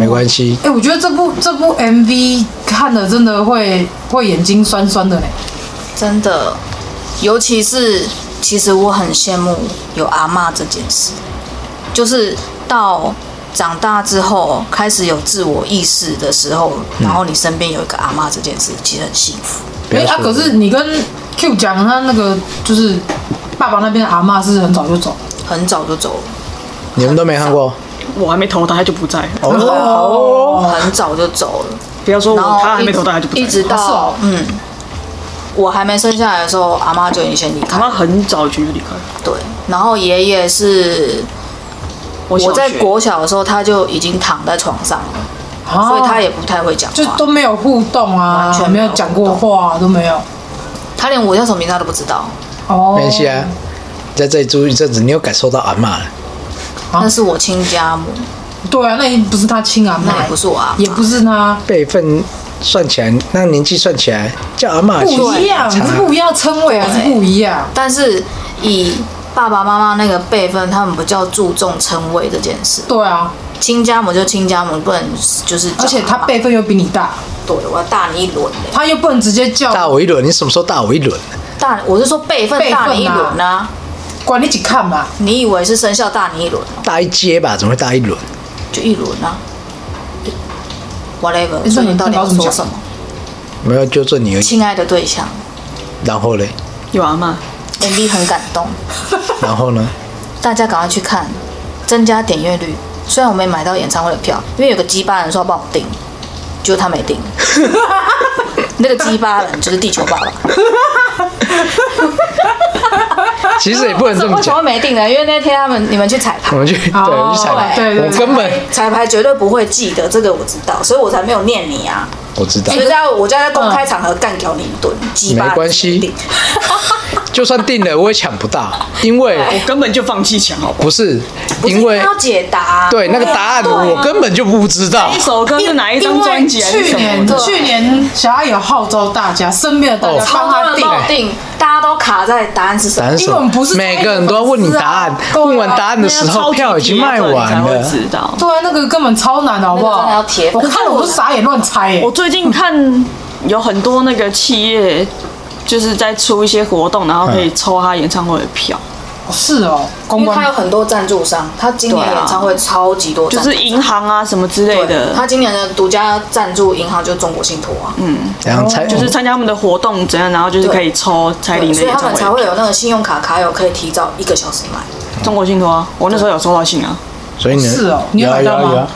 [SPEAKER 2] 没关系，
[SPEAKER 7] 哎、我觉得这部这部 MV 看了真的会会眼睛酸酸的嘞。
[SPEAKER 1] 真的，尤其是其实我很羡慕有阿嬷这件事，就是到长大之后开始有自我意识的时候，
[SPEAKER 6] 嗯
[SPEAKER 1] 然后你身边有一个阿嬷这件事，其实很幸福。
[SPEAKER 2] 不
[SPEAKER 7] 哎、
[SPEAKER 2] 要
[SPEAKER 7] 啊，
[SPEAKER 2] 说
[SPEAKER 7] 可是你跟 Q 讲他那个就是爸爸那边的阿嬷是很早就走，
[SPEAKER 1] 很早就走
[SPEAKER 2] 你们都没看过
[SPEAKER 6] 我还没投他，他就不在。
[SPEAKER 1] 了，很早就走了。
[SPEAKER 6] 不要说我，
[SPEAKER 1] 然后
[SPEAKER 6] 哦他还没
[SPEAKER 1] 一
[SPEAKER 6] 投他，他就不在。
[SPEAKER 1] 一直
[SPEAKER 7] 是
[SPEAKER 1] 到
[SPEAKER 7] 哦
[SPEAKER 1] 嗯，我还没生下来的时候，阿妈就已经先离开
[SPEAKER 6] 他
[SPEAKER 1] 了。
[SPEAKER 6] 很早就离开了。
[SPEAKER 1] 对，然后爷爷是
[SPEAKER 6] 我小
[SPEAKER 1] 我在
[SPEAKER 6] 学
[SPEAKER 1] 国小的时候，他就已经躺在床上了，
[SPEAKER 6] 哦
[SPEAKER 7] 啊
[SPEAKER 1] 哦所以他也不太会讲
[SPEAKER 7] 就
[SPEAKER 1] 话
[SPEAKER 7] 都，没有互动啊
[SPEAKER 1] 完，全没
[SPEAKER 7] 没
[SPEAKER 1] 有
[SPEAKER 7] 有讲过话、啊、都没有。
[SPEAKER 1] 他连我叫什么名字他都不知道。
[SPEAKER 7] 哦，
[SPEAKER 2] 没关系啊。在这里住一阵子，你有感受到阿嬷了，
[SPEAKER 7] 啊
[SPEAKER 1] 那是我亲家母，
[SPEAKER 7] 对啊，那也不是他亲阿
[SPEAKER 1] 那
[SPEAKER 7] 嬷，
[SPEAKER 1] 也不是我阿嬷
[SPEAKER 7] 也不是他，
[SPEAKER 2] 辈分算起来，那年纪算起来，叫阿嬷其
[SPEAKER 7] 不
[SPEAKER 2] 实哎
[SPEAKER 7] 一
[SPEAKER 2] 也
[SPEAKER 7] 样，
[SPEAKER 2] 差
[SPEAKER 7] 是不一样称谓还是不一样。
[SPEAKER 1] 但是以爸爸妈妈那个辈分，他们比较注重称谓这件事。
[SPEAKER 7] 对啊，
[SPEAKER 1] 亲家母就亲家母，不能就是叫
[SPEAKER 7] 而且他
[SPEAKER 1] 阿嬷
[SPEAKER 7] 辈分又比你大，
[SPEAKER 1] 对我要大你一轮嘞，
[SPEAKER 7] 他又不能直接叫
[SPEAKER 2] 大我一轮，你什么时候大我一轮？
[SPEAKER 1] 大我是说辈分
[SPEAKER 7] 辈分
[SPEAKER 1] 大你一轮啊，
[SPEAKER 7] 管你一看嘛，
[SPEAKER 1] 你以为是生肖大你一轮哦，
[SPEAKER 2] 大一阶吧，怎么会大一轮？
[SPEAKER 1] 就一轮啊，whatever，
[SPEAKER 7] 你
[SPEAKER 1] 所
[SPEAKER 7] 说
[SPEAKER 1] 以
[SPEAKER 7] 哎你
[SPEAKER 1] 你到底要
[SPEAKER 7] 你要怎么
[SPEAKER 1] 说
[SPEAKER 7] 讲
[SPEAKER 1] 什么？
[SPEAKER 2] 没有，就这你而已。
[SPEAKER 1] 亲爱的对象
[SPEAKER 2] 然后嘞，
[SPEAKER 6] 有阿妈，
[SPEAKER 1] ，MV 很感动，
[SPEAKER 2] 然后呢？
[SPEAKER 1] 大家赶快去看，增加点阅率。虽然我没买到演唱会的票，因为有个鸡巴人说帮我订，结果他没 订。那个鸡巴人就是地球爸爸，
[SPEAKER 2] 其实也不能这么
[SPEAKER 1] 为什么
[SPEAKER 2] 讲。哦
[SPEAKER 1] 没订呢？因为那天他们你们去彩排
[SPEAKER 2] 我，们去对，我们去彩排，
[SPEAKER 7] 对对对
[SPEAKER 2] 我根本
[SPEAKER 1] 彩排绝对不会记得，这个我知道，所以我才没有念你啊。
[SPEAKER 2] 我知道
[SPEAKER 1] 所，以在我就在公开场合干掉你一顿，鸡巴人
[SPEAKER 2] 嗯没关系
[SPEAKER 1] 定
[SPEAKER 2] 就算定了我也抢不到，因为
[SPEAKER 6] 我根本就放弃抢，好不好？
[SPEAKER 2] 不是
[SPEAKER 1] 不是
[SPEAKER 2] 因为
[SPEAKER 1] 要解答，
[SPEAKER 2] 对那个答案我根本就不知道
[SPEAKER 6] 一。首歌是哪一张
[SPEAKER 7] 因为
[SPEAKER 6] 专
[SPEAKER 1] 啊
[SPEAKER 6] 辑还是
[SPEAKER 7] 去
[SPEAKER 6] 什么
[SPEAKER 7] 年
[SPEAKER 6] 的？
[SPEAKER 7] 去年小爱有号召大家，身边的大
[SPEAKER 2] 哦
[SPEAKER 7] 家
[SPEAKER 1] 超
[SPEAKER 7] 帮
[SPEAKER 1] 多
[SPEAKER 7] 他
[SPEAKER 1] 人
[SPEAKER 7] 定。
[SPEAKER 1] 报定，大家都卡在答案是什
[SPEAKER 2] 答
[SPEAKER 1] 么
[SPEAKER 2] 案？是什
[SPEAKER 7] 因为我
[SPEAKER 2] 么
[SPEAKER 7] 们不？是
[SPEAKER 2] 每个人都要问你答案，
[SPEAKER 7] 对啊
[SPEAKER 2] 问完答案的时候票已经卖完
[SPEAKER 6] 那要超级贴的时候你才会
[SPEAKER 2] 了。
[SPEAKER 6] 知道。
[SPEAKER 7] 对啊，那个根本超难，好不
[SPEAKER 1] 那
[SPEAKER 7] 好？
[SPEAKER 1] 个真的要贴
[SPEAKER 7] 我看了我都傻眼乱猜欸耶
[SPEAKER 6] 我。最近看有很多那个企业就是在出一些活动，然后可以
[SPEAKER 2] 嗯
[SPEAKER 6] 抽他演唱会的票，
[SPEAKER 7] 是哦，公
[SPEAKER 1] 因为他有
[SPEAKER 7] 关
[SPEAKER 1] 很多赞助商，他今年
[SPEAKER 6] 对啊
[SPEAKER 1] 演唱会超级多
[SPEAKER 6] 就
[SPEAKER 1] 赞助商，
[SPEAKER 6] 是银行啊什么之类
[SPEAKER 1] 对，他
[SPEAKER 6] 的，
[SPEAKER 1] 今年的独家赞助银行就是中国信托啊，嗯，
[SPEAKER 2] 怎样才哦
[SPEAKER 6] 就是参加他们的活动怎样，然后就是可以抽彩铃的
[SPEAKER 1] 所以
[SPEAKER 6] 演
[SPEAKER 1] 他
[SPEAKER 6] 唱
[SPEAKER 1] 们才
[SPEAKER 6] 会
[SPEAKER 1] 会
[SPEAKER 6] 票。
[SPEAKER 1] 有那个信用卡卡友可以提早一个小时买。
[SPEAKER 6] 中国信托啊，我那时候有收到信啊，
[SPEAKER 2] 所以呢？
[SPEAKER 7] 是哦你有
[SPEAKER 2] 有啊
[SPEAKER 7] 买
[SPEAKER 2] 有
[SPEAKER 7] 到
[SPEAKER 2] 啊
[SPEAKER 7] 吗
[SPEAKER 2] 有啊，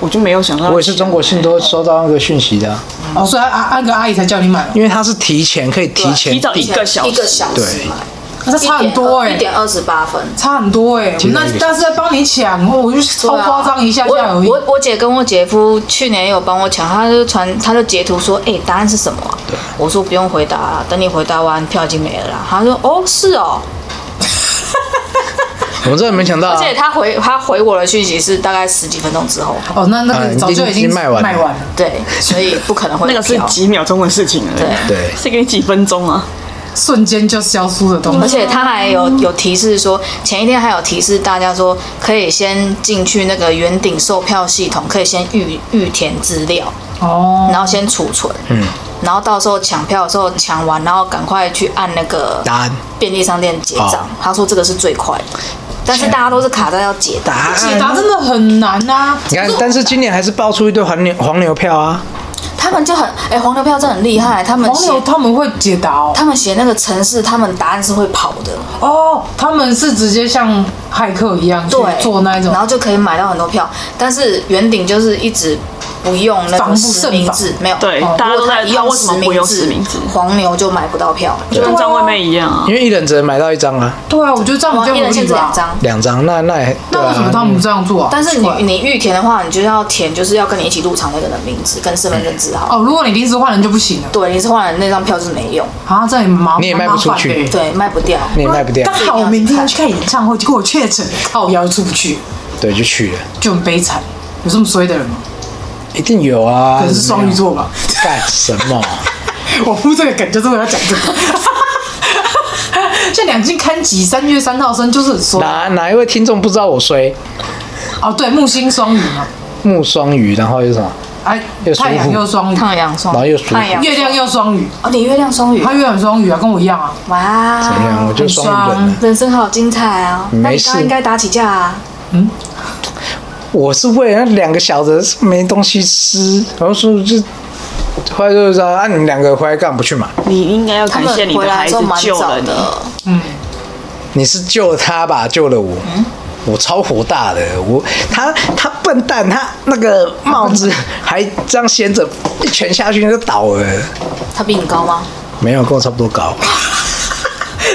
[SPEAKER 6] 我就没有想到。啊
[SPEAKER 2] 我也是中国信托收到那个讯息的啊，
[SPEAKER 7] 哦，所以安安个阿姨才叫你买哦，
[SPEAKER 2] 因为它是提前可以提前
[SPEAKER 7] 啊
[SPEAKER 6] 提早一
[SPEAKER 2] 订
[SPEAKER 6] 个小时
[SPEAKER 1] 一个小时
[SPEAKER 2] 对
[SPEAKER 1] 买，
[SPEAKER 7] 那差很多哎
[SPEAKER 1] 一，点二十八分。
[SPEAKER 7] 差很多哎。
[SPEAKER 2] 其实
[SPEAKER 7] 那
[SPEAKER 2] 有一点
[SPEAKER 7] 但是在帮你抢，哦我就超
[SPEAKER 1] 对啊
[SPEAKER 7] 夸张一下
[SPEAKER 1] 我
[SPEAKER 7] 下而已。
[SPEAKER 1] 我我姐跟我姐夫去年也有帮我抢，他就传，他就截图说，哎、答案是什么啊、我说不用回答啊，等你回答完票已经没了啦。他说，哦，是哦。
[SPEAKER 2] 我真的没想到
[SPEAKER 1] 而
[SPEAKER 2] 啊，
[SPEAKER 1] 且他回他回我的讯息是大概十几分钟之后，
[SPEAKER 7] 哦，那那
[SPEAKER 2] 啊
[SPEAKER 7] 个
[SPEAKER 2] 已经
[SPEAKER 7] 早就已
[SPEAKER 2] 已
[SPEAKER 7] 经
[SPEAKER 2] 经卖完了
[SPEAKER 7] 卖完了。
[SPEAKER 1] 对，所以不可能会
[SPEAKER 6] 那
[SPEAKER 1] 有
[SPEAKER 6] 个是
[SPEAKER 1] 票
[SPEAKER 6] 几秒钟的事情而
[SPEAKER 1] 对
[SPEAKER 6] 已，
[SPEAKER 2] 对，
[SPEAKER 6] 是给你几分钟啊。
[SPEAKER 7] 瞬间就消失的东
[SPEAKER 1] 而
[SPEAKER 7] 西。
[SPEAKER 1] 且他还有有提示说，前一天还有提示大家说，可以先进去那个圆顶售票系统，可以先预预填资料，
[SPEAKER 7] 哦，
[SPEAKER 1] 然后先储存，嗯，然后到时候抢票的时候抢完，然后赶快去按那个
[SPEAKER 2] 答案
[SPEAKER 1] 便利商店结
[SPEAKER 2] 哦
[SPEAKER 1] 账。他说这个是最快的，但是大家都是卡在要结
[SPEAKER 2] 答
[SPEAKER 1] 单，
[SPEAKER 7] 解
[SPEAKER 2] 案。
[SPEAKER 7] 答真的很难啊呐。
[SPEAKER 2] 你看，但是今年还是爆出一堆黄牛黄牛票啊，
[SPEAKER 1] 他们就很哎黄牛票真的很厉害，他们
[SPEAKER 7] 黄
[SPEAKER 1] 写
[SPEAKER 7] 牛他们会解答哦。
[SPEAKER 1] 他们写那个城市，他们答案是会跑的，
[SPEAKER 7] 哦，他们是直接像骇客一样去
[SPEAKER 1] 对，
[SPEAKER 7] 做那一种
[SPEAKER 1] 然，后就可以买到很多票。但是圆顶就是一直不用那
[SPEAKER 7] 防
[SPEAKER 1] 个
[SPEAKER 7] 不
[SPEAKER 1] 实
[SPEAKER 7] 胜
[SPEAKER 1] 名
[SPEAKER 7] 防
[SPEAKER 1] 制，没有
[SPEAKER 6] 对
[SPEAKER 1] 哦
[SPEAKER 6] 大家
[SPEAKER 1] 如
[SPEAKER 6] 都
[SPEAKER 1] 果他
[SPEAKER 6] 在
[SPEAKER 1] 一用
[SPEAKER 6] 为什么不用实名制
[SPEAKER 1] 黄牛就买不到票，
[SPEAKER 6] 就跟张惠妹一样啊
[SPEAKER 2] 因，为一人只能买到一张啊，
[SPEAKER 7] 对啊，我觉得这样比
[SPEAKER 1] 哇，一
[SPEAKER 7] 较合
[SPEAKER 1] 人限
[SPEAKER 7] 理
[SPEAKER 1] 制两
[SPEAKER 7] 吧。
[SPEAKER 1] 张。
[SPEAKER 2] 两张那那也对
[SPEAKER 7] 那为什么他
[SPEAKER 2] 啊，
[SPEAKER 7] 们不这样做啊？
[SPEAKER 1] 但是你
[SPEAKER 7] 奇怪
[SPEAKER 1] 你预填的话，你就要填，就是要跟你一起入场那个人的名字跟身份证字号。
[SPEAKER 7] 哦，如果你临时换人就不行了
[SPEAKER 1] 对，你是换了那张票就是没用，
[SPEAKER 7] 啊，这也麻
[SPEAKER 2] 你也卖不出去
[SPEAKER 7] 蛮麻烦的
[SPEAKER 1] 对，卖不掉。
[SPEAKER 2] 你也卖不掉
[SPEAKER 7] 刚，好我明天要去看演唱会，结果我确诊，靠腰出不去，
[SPEAKER 2] 对，就去了，
[SPEAKER 7] 就很悲惨。有这么衰的人吗？
[SPEAKER 2] 一定有啊，
[SPEAKER 7] 可能是双鱼座吧。
[SPEAKER 2] 干什么？
[SPEAKER 7] 我铺这个梗就是为了讲 这个。像两进刊集，三月三号生就是很衰
[SPEAKER 2] 哪哪一位听众不知道我衰
[SPEAKER 7] 哦，对，木星双鱼嘛，
[SPEAKER 2] 木双鱼，然后又什么，
[SPEAKER 7] 哎
[SPEAKER 2] 又，舒服
[SPEAKER 7] 太阳又双鱼，
[SPEAKER 1] 太阳双
[SPEAKER 2] 然后又属
[SPEAKER 1] 太阳
[SPEAKER 7] 月亮又双鱼，
[SPEAKER 1] 哦，你月亮双鱼
[SPEAKER 7] 他，月亮双鱼啊，跟我一样啊。
[SPEAKER 2] 怎么样？
[SPEAKER 1] 哇
[SPEAKER 2] 我，就双鱼人了。啊
[SPEAKER 1] 人生好精彩啊！那
[SPEAKER 2] 没
[SPEAKER 1] 你
[SPEAKER 2] 事
[SPEAKER 1] 刚刚应该打起架啊！
[SPEAKER 2] 我是为了那两个小子没东西吃，然后说就后来就知道，啊，你们两个回来干嘛不去买？
[SPEAKER 6] 你应该要
[SPEAKER 1] 他
[SPEAKER 6] 感
[SPEAKER 1] 们
[SPEAKER 6] 谢你
[SPEAKER 1] 回
[SPEAKER 6] 的
[SPEAKER 1] 来
[SPEAKER 6] 孩
[SPEAKER 1] 的时
[SPEAKER 6] 子
[SPEAKER 1] 候蛮
[SPEAKER 6] 救
[SPEAKER 1] 早
[SPEAKER 6] 了你。
[SPEAKER 1] 的，
[SPEAKER 2] 你是救了他吧，救了我。我超火大的，我他他笨蛋，他那个帽子还这样掀着，一拳下去就倒了。
[SPEAKER 1] 他比你高吗？
[SPEAKER 2] 没有，跟我差不多高。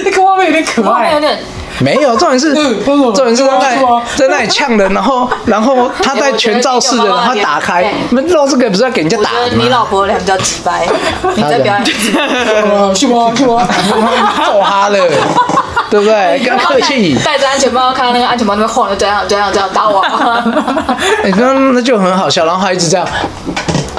[SPEAKER 7] 那个画面有点可
[SPEAKER 1] 后面有
[SPEAKER 7] 爱，
[SPEAKER 1] 点
[SPEAKER 2] 没有，重点是，
[SPEAKER 7] 嗯不是我啊
[SPEAKER 2] 重点是他在
[SPEAKER 7] 不是我
[SPEAKER 2] 在那里呛人，然后然后他在全罩式的，然后他打
[SPEAKER 7] 哎
[SPEAKER 2] 开，那露这个不是要给人家
[SPEAKER 1] 我
[SPEAKER 2] 打
[SPEAKER 1] 觉得
[SPEAKER 2] 的
[SPEAKER 1] 你老
[SPEAKER 2] 吗？
[SPEAKER 1] 婆脸比较直白，你在表演，
[SPEAKER 7] 呃是吗？是吗？
[SPEAKER 2] 揍他了，对 不对？跟他客气。
[SPEAKER 1] 戴着安全帽，看到那个安全帽那边晃的，这样这样这样打我，啊
[SPEAKER 2] 哎、那那就很好笑，然后他一直这样，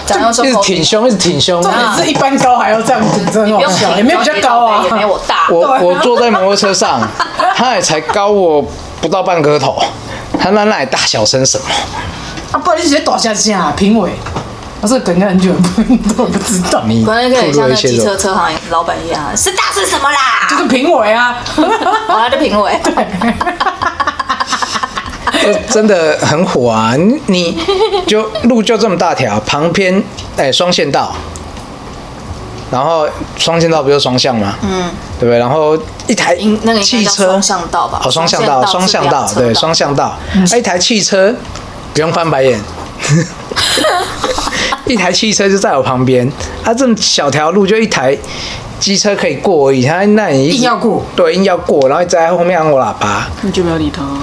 [SPEAKER 1] 长到
[SPEAKER 2] 就
[SPEAKER 1] 胸
[SPEAKER 2] 一直
[SPEAKER 1] 口，
[SPEAKER 2] 挺胸，一直挺胸。
[SPEAKER 7] 重点是一般高还要这样子，真的
[SPEAKER 1] 不
[SPEAKER 7] 好
[SPEAKER 1] 用
[SPEAKER 7] 笑，
[SPEAKER 1] 挺
[SPEAKER 7] 也没有比较高啊
[SPEAKER 1] 也。没我大，
[SPEAKER 2] 我我坐在摩托车上，他也才高我不到半个头，他那那里大小声什么？
[SPEAKER 7] 啊，不然你直接躲下去啊，评委。我这个梗应该很久不都不知 道，
[SPEAKER 2] 你
[SPEAKER 1] 本来可以
[SPEAKER 2] 吐
[SPEAKER 1] 像
[SPEAKER 2] 露
[SPEAKER 1] 那
[SPEAKER 2] 一些
[SPEAKER 1] 机
[SPEAKER 2] 肉
[SPEAKER 1] 车车行老板一样，是大是什么啦？
[SPEAKER 7] 就是评委啊，
[SPEAKER 1] 我来的评委，
[SPEAKER 2] 这 真的很火啊！你你就路就这么大条，旁边哎双线道，然后双线道不就双向吗？嗯，对不对？然后一台
[SPEAKER 1] 应那个应该
[SPEAKER 2] 汽
[SPEAKER 1] 叫
[SPEAKER 2] 车
[SPEAKER 1] 双向道吧
[SPEAKER 2] 哦，双向道，双
[SPEAKER 1] 双
[SPEAKER 2] 向
[SPEAKER 1] 向道
[SPEAKER 2] 道
[SPEAKER 1] 是，
[SPEAKER 2] 对，
[SPEAKER 1] 两车道
[SPEAKER 2] 双向道，哎一台汽车不用翻白眼。 一台汽车就在我旁边，啊，这么小条路就一台机车可以过而已，他那你一直
[SPEAKER 7] 硬要过，
[SPEAKER 2] 对，硬要过，然后一直在后面按我喇叭，
[SPEAKER 6] 你就不要理他。啊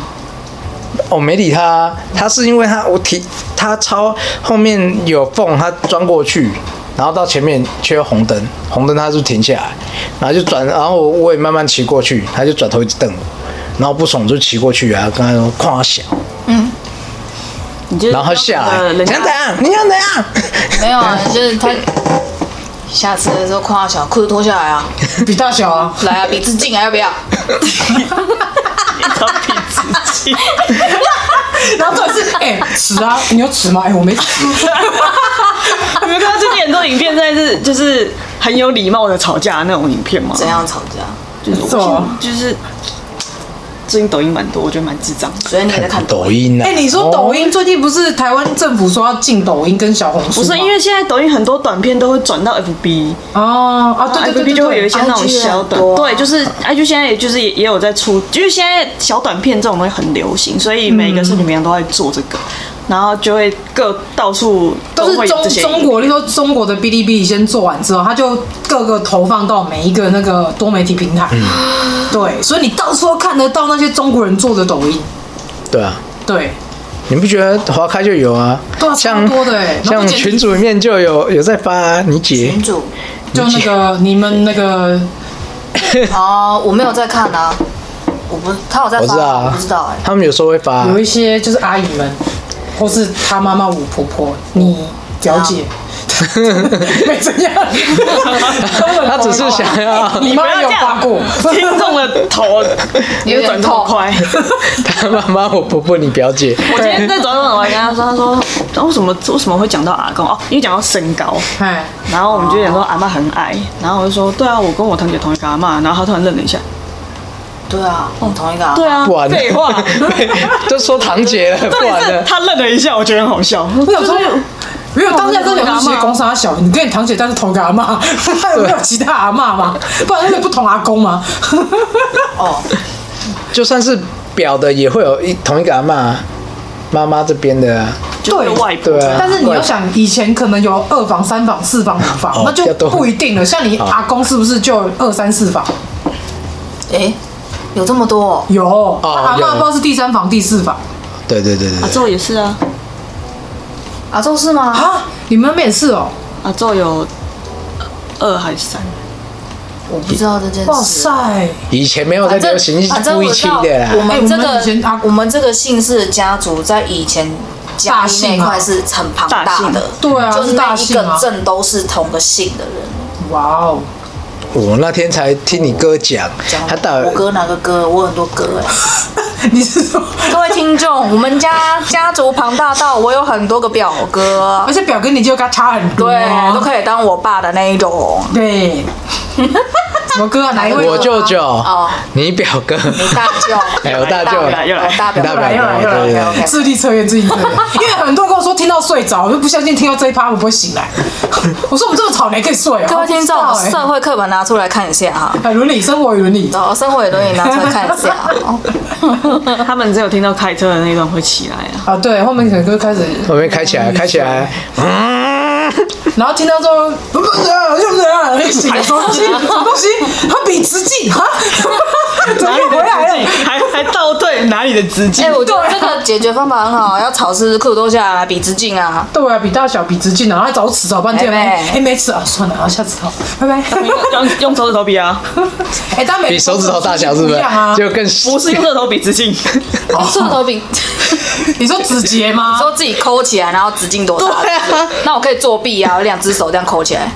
[SPEAKER 2] 我、没理他啊，他是因为他我提他超后面有缝，他钻过去，然后到前面缺红灯，红灯他就停下来，然后就转，然后我我也慢慢骑过去，他就转头一直瞪我，然后不爽就骑过去啊，跟他说夸小，
[SPEAKER 6] 你就是
[SPEAKER 2] 然后他下来，
[SPEAKER 6] 人
[SPEAKER 2] 你想
[SPEAKER 6] 家
[SPEAKER 2] 怎样？你想怎样？
[SPEAKER 1] 没有啊， 就是他下次的时候夸小裤子脱下来啊，
[SPEAKER 7] 比大小啊，
[SPEAKER 1] 来啊，比自己还要不要？
[SPEAKER 7] 然后重 点是，哎、尺啊，你有尺吗？哎、我没尺，
[SPEAKER 6] 你们看 到最近很多影片，在是就是很有礼貌的吵架的那种影片吗？
[SPEAKER 1] 怎？样吵架？
[SPEAKER 6] 就是我
[SPEAKER 7] 是吗
[SPEAKER 6] 就是最近抖音蛮多，我觉得蛮智障的。
[SPEAKER 1] 所以你也在看
[SPEAKER 2] 抖音呢、啊？
[SPEAKER 7] 哎、你说抖音、最近不是台湾政府说要禁抖音跟小红
[SPEAKER 6] 不
[SPEAKER 7] 书吗？
[SPEAKER 6] 是因为现在抖音很多短片都会转到 FB，
[SPEAKER 7] 哦啊，对对
[SPEAKER 6] FB
[SPEAKER 7] 对
[SPEAKER 6] 就
[SPEAKER 7] 对
[SPEAKER 6] 会有一
[SPEAKER 7] 对，
[SPEAKER 6] 些那种
[SPEAKER 1] IG 也
[SPEAKER 6] 小
[SPEAKER 1] 很
[SPEAKER 6] 短，
[SPEAKER 1] 多啊
[SPEAKER 6] 对，就是 IG 现在也就是也也有在出，就是现在小短片这种东西很流行，所以
[SPEAKER 7] 嗯
[SPEAKER 6] 每个社群平台都在做这个，然后就会各到处
[SPEAKER 7] 都
[SPEAKER 6] 会有
[SPEAKER 7] 是
[SPEAKER 6] 这
[SPEAKER 7] 中
[SPEAKER 6] 些
[SPEAKER 7] 中国，例如说中国的哔哩哔哩先做完之后，它就各个投放到每一个那个多媒体平台，对，所以你到时候看得到那些中国人做的抖音，
[SPEAKER 2] 对啊，
[SPEAKER 7] 对，
[SPEAKER 2] 你不觉得划开就有啊？
[SPEAKER 7] 对啊
[SPEAKER 2] 像
[SPEAKER 7] 超多的欸然后
[SPEAKER 2] 像
[SPEAKER 7] 不剪
[SPEAKER 2] 群组里面就有有在发、啊，你姐
[SPEAKER 1] 群主
[SPEAKER 7] 就那个你们那个
[SPEAKER 1] 哦，我没有在看啊，我不，他有在
[SPEAKER 2] 我
[SPEAKER 1] 发
[SPEAKER 2] 知
[SPEAKER 1] 吗，
[SPEAKER 2] 道
[SPEAKER 1] 我
[SPEAKER 2] 啊
[SPEAKER 1] 不知道哎，
[SPEAKER 2] 他们有时候会发啊、
[SPEAKER 7] 欸有一些就是阿姨们，或是她妈妈、我婆婆，你了解。 没怎样，
[SPEAKER 2] 他只是
[SPEAKER 7] 啊
[SPEAKER 2] 想要
[SPEAKER 7] 你
[SPEAKER 6] 不
[SPEAKER 7] 妈
[SPEAKER 6] 要
[SPEAKER 7] 有
[SPEAKER 6] 这样
[SPEAKER 7] 发过，
[SPEAKER 6] 听众的头有转头快。
[SPEAKER 2] 他 妈妈，我婆婆，你表姐，
[SPEAKER 6] 我今天在转转，我还跟他说，他说啊为什么为什么会讲到阿公哦，因为讲到身高，
[SPEAKER 7] 哎，
[SPEAKER 6] 然后我们就讲说阿妈很矮，然后我就说对啊，我跟我堂姐同一个阿妈，然后他突然愣了一下，
[SPEAKER 1] 对啊，我们同一个啊，
[SPEAKER 6] 对啊
[SPEAKER 2] 不然，呢
[SPEAKER 6] 废话，
[SPEAKER 2] 都说堂姐了，
[SPEAKER 6] 重
[SPEAKER 2] 不
[SPEAKER 6] 点
[SPEAKER 2] 然
[SPEAKER 6] 是
[SPEAKER 2] 呢？
[SPEAKER 6] 他愣了一下，我觉得很好笑。
[SPEAKER 7] 我想说，没有当下真的有些公杀小，你跟你堂姐但是同一个阿妈，还有没有其他阿妈吗？不然那个不同阿公吗？
[SPEAKER 1] 哦，
[SPEAKER 2] 就算是表的，也会有一同一个阿妈，妈妈这边的啊，
[SPEAKER 6] 就是外婆
[SPEAKER 2] 对啊
[SPEAKER 7] 但是你要想，以前可能有二房、三房、四房、五房
[SPEAKER 2] 哦，
[SPEAKER 7] 那就
[SPEAKER 2] 比较多
[SPEAKER 7] 不一定了。像你阿公是不是就有二三四房？
[SPEAKER 1] 哎，有这么多哦，
[SPEAKER 7] 有，阿
[SPEAKER 2] 有
[SPEAKER 7] 妈不知道是第三房、第四房
[SPEAKER 2] 对对对对
[SPEAKER 6] 阿
[SPEAKER 2] 对，
[SPEAKER 6] 昼也是啊，
[SPEAKER 1] 啊，这是吗？
[SPEAKER 7] 啊？你们那边也是哦？
[SPEAKER 6] 阿昼有二还是三？
[SPEAKER 1] 我不知道这件事。
[SPEAKER 7] 哇塞！！
[SPEAKER 2] 以前没有在
[SPEAKER 1] 反正
[SPEAKER 2] 流行
[SPEAKER 1] 反正
[SPEAKER 2] 夫
[SPEAKER 1] 我
[SPEAKER 2] 一
[SPEAKER 1] 知
[SPEAKER 2] 妻
[SPEAKER 1] 道
[SPEAKER 2] 的啊啦
[SPEAKER 1] 我，
[SPEAKER 7] 哎我
[SPEAKER 1] 们
[SPEAKER 7] 们
[SPEAKER 1] 这
[SPEAKER 7] 以前
[SPEAKER 1] 个
[SPEAKER 7] 啊
[SPEAKER 1] 我们这个姓氏的家族在以前家
[SPEAKER 7] 大
[SPEAKER 1] 里
[SPEAKER 7] 姓
[SPEAKER 1] 那
[SPEAKER 7] 啊
[SPEAKER 1] 一块是很庞
[SPEAKER 6] 大姓
[SPEAKER 1] 大的，
[SPEAKER 7] 对啊
[SPEAKER 1] 就是
[SPEAKER 7] 是大
[SPEAKER 1] 那一
[SPEAKER 7] 姓
[SPEAKER 1] 个
[SPEAKER 7] 啊
[SPEAKER 1] 镇都是同个姓的人。
[SPEAKER 7] 哇哦！
[SPEAKER 2] 我那天才听你哥讲，
[SPEAKER 7] 嗯
[SPEAKER 2] 他到
[SPEAKER 1] 我哥哪个哥？我很多哥哎、
[SPEAKER 7] 你是说，
[SPEAKER 1] 各位听众，我们家家族庞大到我有很多个表哥
[SPEAKER 7] 而，且表跟你就跟他差很多
[SPEAKER 1] 对，都
[SPEAKER 7] 哦，
[SPEAKER 1] 可以当我爸的那一种。
[SPEAKER 7] 对。什么歌啊？哪一位歌啊？
[SPEAKER 2] 我舅舅
[SPEAKER 1] 哦，
[SPEAKER 2] 你表哥，
[SPEAKER 1] 你大舅，
[SPEAKER 2] 哎我大舅
[SPEAKER 1] 我大表
[SPEAKER 2] 大
[SPEAKER 1] 哥，
[SPEAKER 2] 表
[SPEAKER 7] 又
[SPEAKER 2] 哥，
[SPEAKER 7] 来又来
[SPEAKER 2] 对
[SPEAKER 7] 又
[SPEAKER 2] 对
[SPEAKER 7] 来，
[SPEAKER 2] 对，
[SPEAKER 7] 智力测验，智力测验。因为很多人跟我说听到睡着，我就不相信听到这一趴我不会醒来。我说我们这么吵，你还可以睡啊？
[SPEAKER 1] 各位听众，
[SPEAKER 7] 我不知道
[SPEAKER 1] 社会课本拿出来看一下哈。
[SPEAKER 7] 哎，伦理生活与伦理。
[SPEAKER 1] 欸然后生活也都也拿出来看一下哦。
[SPEAKER 6] 他们只有听到开车的那一段会起来啊。
[SPEAKER 7] 啊，对，后面可能就开始，
[SPEAKER 2] 后面开起来，开起来，
[SPEAKER 7] 哎
[SPEAKER 2] 嗯，
[SPEAKER 7] 然后听到之后，不是啊，就是啊，醒来说什么东西？他比直径啊，怎么又回来了？
[SPEAKER 6] 哎还还倒退哪里的资 金
[SPEAKER 1] 哎、？我觉得这个解决方法很好，啊要炒是裤脱下来，比直径啊。
[SPEAKER 7] 对啊，比大小，比直径啊，然后还找尺找半天，
[SPEAKER 1] 拜拜
[SPEAKER 7] 哎，没尺啊，算了，啊，下次好，拜拜。
[SPEAKER 6] 用用手指头比啊，
[SPEAKER 7] 哎，但每
[SPEAKER 2] 比手指头大小是不
[SPEAKER 7] 不一
[SPEAKER 2] 是
[SPEAKER 7] 样啊？？
[SPEAKER 2] 就更细
[SPEAKER 6] 不是用手指头比直径，
[SPEAKER 1] 哎裤头 比，
[SPEAKER 7] 你说指节 吗？
[SPEAKER 1] 说自己抠起来，然后直径多大？
[SPEAKER 6] 对啊
[SPEAKER 1] 那我可以作弊啊，我两只手这样抠起来，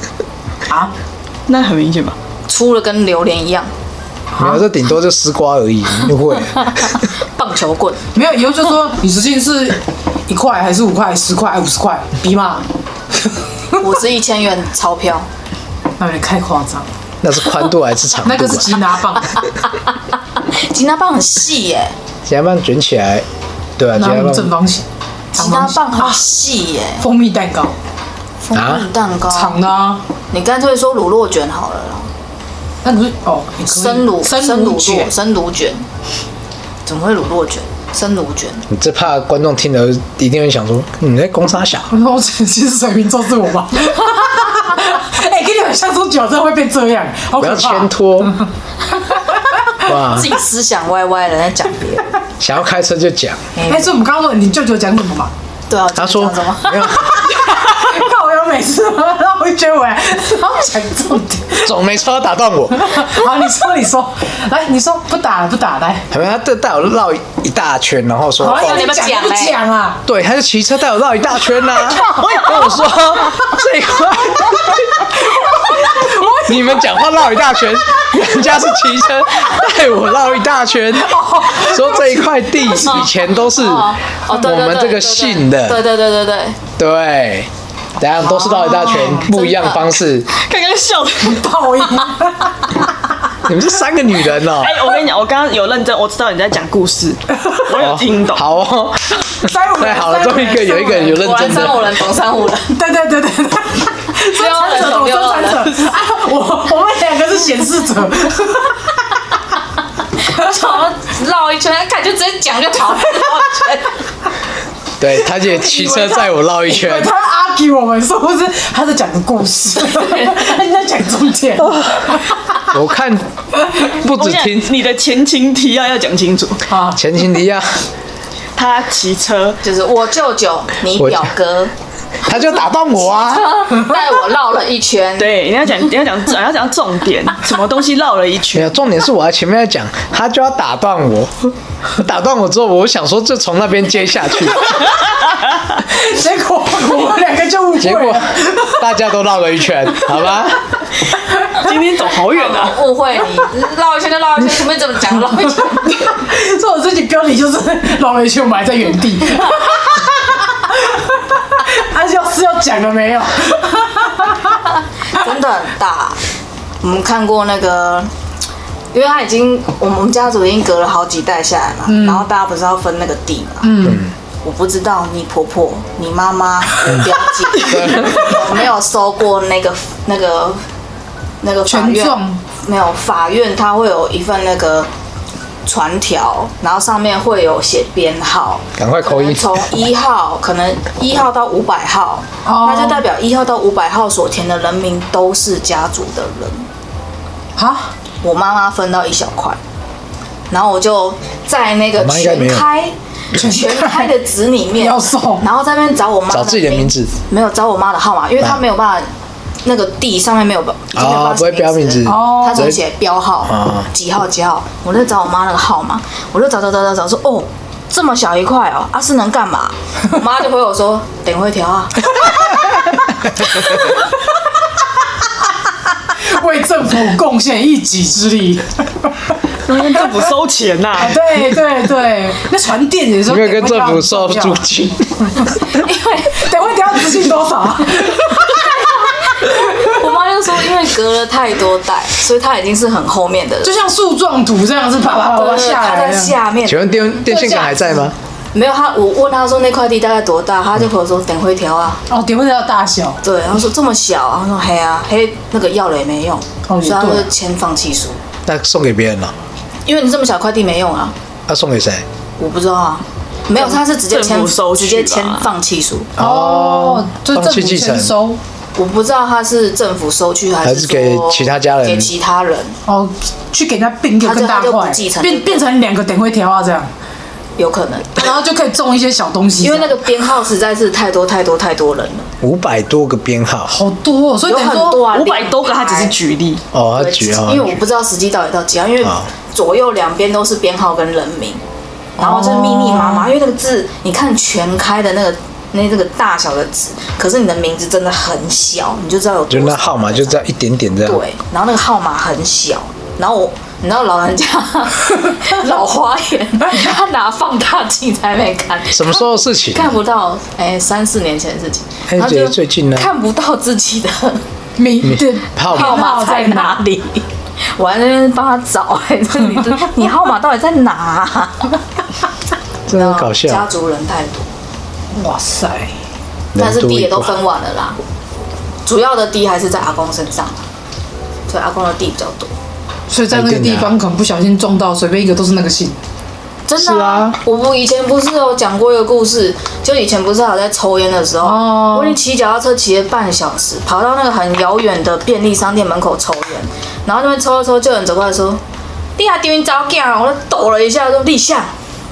[SPEAKER 7] 啊，
[SPEAKER 6] 那很明显吧？
[SPEAKER 1] 粗的跟榴莲一样，
[SPEAKER 7] 啊
[SPEAKER 2] 没有，这顶多就丝瓜而已，不会。
[SPEAKER 1] 棒球棍。
[SPEAKER 7] 哎没有，以后就说你直径是一块还是五块、十块、五十块，比嘛。
[SPEAKER 1] 我是一千元钞票，
[SPEAKER 7] 那有点太夸张了，
[SPEAKER 2] 那是宽度还是长度、啊？
[SPEAKER 7] 那个是吉拿棒，
[SPEAKER 1] 吉拿棒很细耶、
[SPEAKER 2] 吉拿棒卷起来，对啊，吉
[SPEAKER 7] 然
[SPEAKER 2] 拿
[SPEAKER 7] 后正
[SPEAKER 2] 棒
[SPEAKER 7] 方形，
[SPEAKER 1] 吉
[SPEAKER 7] 长
[SPEAKER 1] 拿
[SPEAKER 7] 方形
[SPEAKER 1] 棒很
[SPEAKER 7] 啊，
[SPEAKER 1] 细耶、
[SPEAKER 7] 蜂蜜蛋糕，
[SPEAKER 1] 蜂蜜蛋糕，
[SPEAKER 7] 长的啊，
[SPEAKER 1] 你干脆说乳酪卷好了啦，
[SPEAKER 7] 那你是哦，你可以
[SPEAKER 1] 生乳
[SPEAKER 7] 生
[SPEAKER 1] 乳
[SPEAKER 7] 卷
[SPEAKER 1] 酪，生乳卷，怎么会乳酪卷？生乳卷，
[SPEAKER 2] 你这怕观众听了一定会想说你在攻杀小，啊
[SPEAKER 7] 我说我其实水瓶座是我吧。 哎、跟你们相处久，真的会变这样，好
[SPEAKER 2] 不要
[SPEAKER 7] 可怕
[SPEAKER 2] 牵！ 拖。哇啊
[SPEAKER 1] 自，己思想歪歪的在讲别人。
[SPEAKER 2] 想要开车就讲。
[SPEAKER 7] 哎、所以我们刚刚说你舅舅讲什 么嘛？
[SPEAKER 1] 对啊，
[SPEAKER 2] 他说
[SPEAKER 1] 讲 什么？
[SPEAKER 2] 没有，
[SPEAKER 7] 看我有每次，然后我就觉得我 来，然后讲重点。
[SPEAKER 2] 总没说要打 断我，
[SPEAKER 7] 好，你说，你说，来，你说，不打了，不打，来。
[SPEAKER 2] 还没有他带带我绕一大圈，然后说
[SPEAKER 7] 好，
[SPEAKER 2] 哦
[SPEAKER 7] 要你讲，你不讲
[SPEAKER 1] 哦
[SPEAKER 7] 啊？
[SPEAKER 2] 对，他就骑车带我绕一大圈 呐、跟我说这一块，你们讲话绕一大圈，人家是骑车带我绕一大圈，说这一块地以前都是
[SPEAKER 1] 哦
[SPEAKER 2] 我
[SPEAKER 1] 哦，对对对，
[SPEAKER 2] 们这
[SPEAKER 1] 对
[SPEAKER 2] 个姓
[SPEAKER 1] 对
[SPEAKER 2] 的，
[SPEAKER 1] 对对对对，哦
[SPEAKER 2] 对，等下都是绕一大圈，不一样的方式。
[SPEAKER 6] 刚刚笑的。
[SPEAKER 7] 报应。
[SPEAKER 2] 你们是三个女人 哦
[SPEAKER 6] 哎、，我跟你讲，我刚刚有认真，我知道你在讲故事，我有听懂。
[SPEAKER 2] 好哦，
[SPEAKER 7] 三五
[SPEAKER 2] 太
[SPEAKER 7] 人，
[SPEAKER 2] 好了，
[SPEAKER 7] 三五
[SPEAKER 2] 终于
[SPEAKER 7] 人
[SPEAKER 2] 一个有一个人有认
[SPEAKER 1] 果然
[SPEAKER 2] 真
[SPEAKER 1] 三
[SPEAKER 2] 的。
[SPEAKER 1] 五人懂三五人，
[SPEAKER 7] 对对对对对，真
[SPEAKER 1] 六人
[SPEAKER 7] 传者，
[SPEAKER 1] 懂
[SPEAKER 7] 我
[SPEAKER 1] 六
[SPEAKER 7] 真传
[SPEAKER 1] 人
[SPEAKER 7] 者啊！我我们两个是显示者，
[SPEAKER 1] 怎么 绕一圈，看就直接讲就好了，绕一圈。
[SPEAKER 2] 对，他姐骑车载我绕 一圈
[SPEAKER 7] 对，，他 argue 我们是不是？他在讲个故事，人家讲重点。
[SPEAKER 2] 我看不
[SPEAKER 6] 我
[SPEAKER 2] 止
[SPEAKER 6] 想
[SPEAKER 2] 听
[SPEAKER 6] 你的前情提要要讲清楚。
[SPEAKER 7] 好，
[SPEAKER 2] 前情提要，
[SPEAKER 6] 他骑车，
[SPEAKER 1] 就是我舅舅，你
[SPEAKER 2] 我
[SPEAKER 1] 表哥
[SPEAKER 2] 他就打断我啊。
[SPEAKER 1] 带我绕了一 圈，
[SPEAKER 6] 对，你要讲，你要讲，你要讲重点，什么东西绕了一
[SPEAKER 2] 没
[SPEAKER 6] 圈。
[SPEAKER 2] 有，重点是我在前面在讲，他就要打断我，打断我之后，我想说就从那边接下去，
[SPEAKER 7] 结果我们两个就误
[SPEAKER 2] 结
[SPEAKER 7] 会
[SPEAKER 2] 果
[SPEAKER 7] 了。
[SPEAKER 2] 大家都绕了一圈，好吧？
[SPEAKER 6] 今天走好远啊！
[SPEAKER 1] 误会你绕一圈就绕 一圈，前面怎么讲绕一圈？
[SPEAKER 7] 所以我自己标题就是绕了一圈，我们还在原地。 阿笑是要讲了没有？
[SPEAKER 1] 真的很大。我们看过那个，因为他已经我们我们家族已经隔了好几代下来嘛，然后大家不是要分那个地嘛，嗯。我不知道你婆婆、你妈妈、我表姐有没有收过那个那个那个法
[SPEAKER 7] 权
[SPEAKER 1] 院
[SPEAKER 7] 状？
[SPEAKER 1] 没有，法院它会有一份那个传条，然后上面会有写编号，
[SPEAKER 2] 赶快扣一，
[SPEAKER 1] 从一号可能一号到五百号，
[SPEAKER 7] 哦
[SPEAKER 1] 那就代表一号到五百号所填的人名都是家族的人。
[SPEAKER 7] 啊，
[SPEAKER 1] 我妈妈分到一小块，然后我就在那个
[SPEAKER 2] 我妈应该没
[SPEAKER 1] 全
[SPEAKER 2] 有
[SPEAKER 1] 开全开的纸里面，
[SPEAKER 7] 要送
[SPEAKER 1] 然后在那边找我妈
[SPEAKER 2] 找自己的名字，
[SPEAKER 1] 没有找我妈的号码，因为她
[SPEAKER 2] 嗯
[SPEAKER 1] 没有办法。那个地上面没有，已经没有
[SPEAKER 2] 哦
[SPEAKER 1] 办法
[SPEAKER 2] 不会
[SPEAKER 1] 写
[SPEAKER 2] 标名字
[SPEAKER 1] 了
[SPEAKER 7] 哦
[SPEAKER 1] 她只写标号
[SPEAKER 2] 啊，
[SPEAKER 1] 几号几号，我就找我妈那个号码，我就找找找找找，说哦，这么小一块哦，啊是能干嘛？我 妈就回我说等会调啊，
[SPEAKER 7] 为政府贡献一己之力。
[SPEAKER 6] 跟政府收钱呐、
[SPEAKER 7] 对对对，那传电也是
[SPEAKER 2] 有没有跟政府收租金？
[SPEAKER 1] 因为
[SPEAKER 7] 等会等下执行多少啊？
[SPEAKER 1] 我妈就说因为隔了太多代，所以她已经是很后面的人，
[SPEAKER 7] 就像树状图这样子，啪
[SPEAKER 6] 哦
[SPEAKER 7] 啪啪啪
[SPEAKER 1] 对
[SPEAKER 7] 下
[SPEAKER 1] 她
[SPEAKER 7] 来
[SPEAKER 1] 在
[SPEAKER 7] 这样。
[SPEAKER 1] 下面，
[SPEAKER 2] 请问电电线杆还在吗？
[SPEAKER 1] 没有他，我问他说那块地大概多大，他就回我说等会调啊。
[SPEAKER 6] 嗯
[SPEAKER 7] 哦，点不到大小，
[SPEAKER 1] 对，然后说这么小啊，他说嘿啊，嘿那个要了也没用，
[SPEAKER 7] 哦
[SPEAKER 1] 所以他
[SPEAKER 7] 也
[SPEAKER 1] 就
[SPEAKER 7] 对
[SPEAKER 1] 是签放弃书，
[SPEAKER 2] 那送给别人了，
[SPEAKER 1] 因为你这么小块地没用啊，
[SPEAKER 2] 那送给谁？
[SPEAKER 1] 我不知道啊，没有，他是直接
[SPEAKER 6] 嗯政
[SPEAKER 1] 签
[SPEAKER 6] 府收取
[SPEAKER 1] 直
[SPEAKER 6] 吧
[SPEAKER 1] 接签放弃书，
[SPEAKER 7] 哦，就
[SPEAKER 2] 放
[SPEAKER 7] 政府
[SPEAKER 2] 弃继承
[SPEAKER 7] 签收
[SPEAKER 1] 我不知道他是政府收去还
[SPEAKER 2] 还
[SPEAKER 1] 是
[SPEAKER 2] 是给
[SPEAKER 1] 说
[SPEAKER 2] 其他家人
[SPEAKER 1] 给其他人
[SPEAKER 7] 哦，去给人家并购
[SPEAKER 1] 他就
[SPEAKER 7] 更大
[SPEAKER 1] 他就不
[SPEAKER 7] 块
[SPEAKER 1] 继，承
[SPEAKER 7] 变变成两个等会条啊 这样，
[SPEAKER 1] 有可 能，
[SPEAKER 6] 啊
[SPEAKER 7] 然后就可以种一些小东西这
[SPEAKER 1] 因
[SPEAKER 7] 样，
[SPEAKER 1] 为那个编号实在是太多太多太多人了，
[SPEAKER 2] 五百多个编号
[SPEAKER 7] 好多、哦，所以
[SPEAKER 1] 有
[SPEAKER 7] 等于
[SPEAKER 1] 很
[SPEAKER 7] 说
[SPEAKER 1] 多啊，
[SPEAKER 6] 五百多个，他只是举例。
[SPEAKER 2] 哦，他
[SPEAKER 1] 对
[SPEAKER 2] 举号
[SPEAKER 1] 因为我不知道实际到底到几号，因为
[SPEAKER 2] 啊哦
[SPEAKER 1] 左右两边都是编号跟人名，然后就是密密麻麻，因为那个字，你看全开的那个那那个大小的字，可是你的名字真的很小，你就知道有
[SPEAKER 2] 就
[SPEAKER 1] 多少
[SPEAKER 2] 那号码就这样一点点这样，
[SPEAKER 1] 对，然后那个号码很小，然后我。你知道老 人家老花眼，他拿放大镜在那边看，
[SPEAKER 2] 什么时候的事情？
[SPEAKER 1] 看不到，哎、三四年前的事情。
[SPEAKER 2] 哎
[SPEAKER 1] 他
[SPEAKER 2] 姐
[SPEAKER 1] 就
[SPEAKER 2] 最近呢
[SPEAKER 1] 看不到自己的
[SPEAKER 7] 名对
[SPEAKER 2] 嗯泡
[SPEAKER 1] 号
[SPEAKER 2] 泡
[SPEAKER 1] 码在哪里。我还在那边帮他找、哎，这你 这你号码到底在哪、啊？
[SPEAKER 2] 真的搞笑
[SPEAKER 1] 家族人太多，
[SPEAKER 7] 哇塞，
[SPEAKER 1] 但是
[SPEAKER 2] 人多
[SPEAKER 1] 地也
[SPEAKER 2] 一个
[SPEAKER 1] 都分完了啦。主要的地还是在阿公身上，所以阿公的地比较多。
[SPEAKER 7] 所以在那个地
[SPEAKER 2] 啊
[SPEAKER 7] 方可能不小心撞到，随便一个都是那个姓。
[SPEAKER 1] 真的、啊，我不以前不是有讲过一个故事，就以前不是还在抽烟的时候，
[SPEAKER 7] 哦
[SPEAKER 1] 我已经骑脚踏车骑了半小时，跑到那个很遥远的便利商店门口抽烟，然后那边抽一抽，就有人走过来说：“你还丢你早干啊！”我就抖了一下，说：“立夏，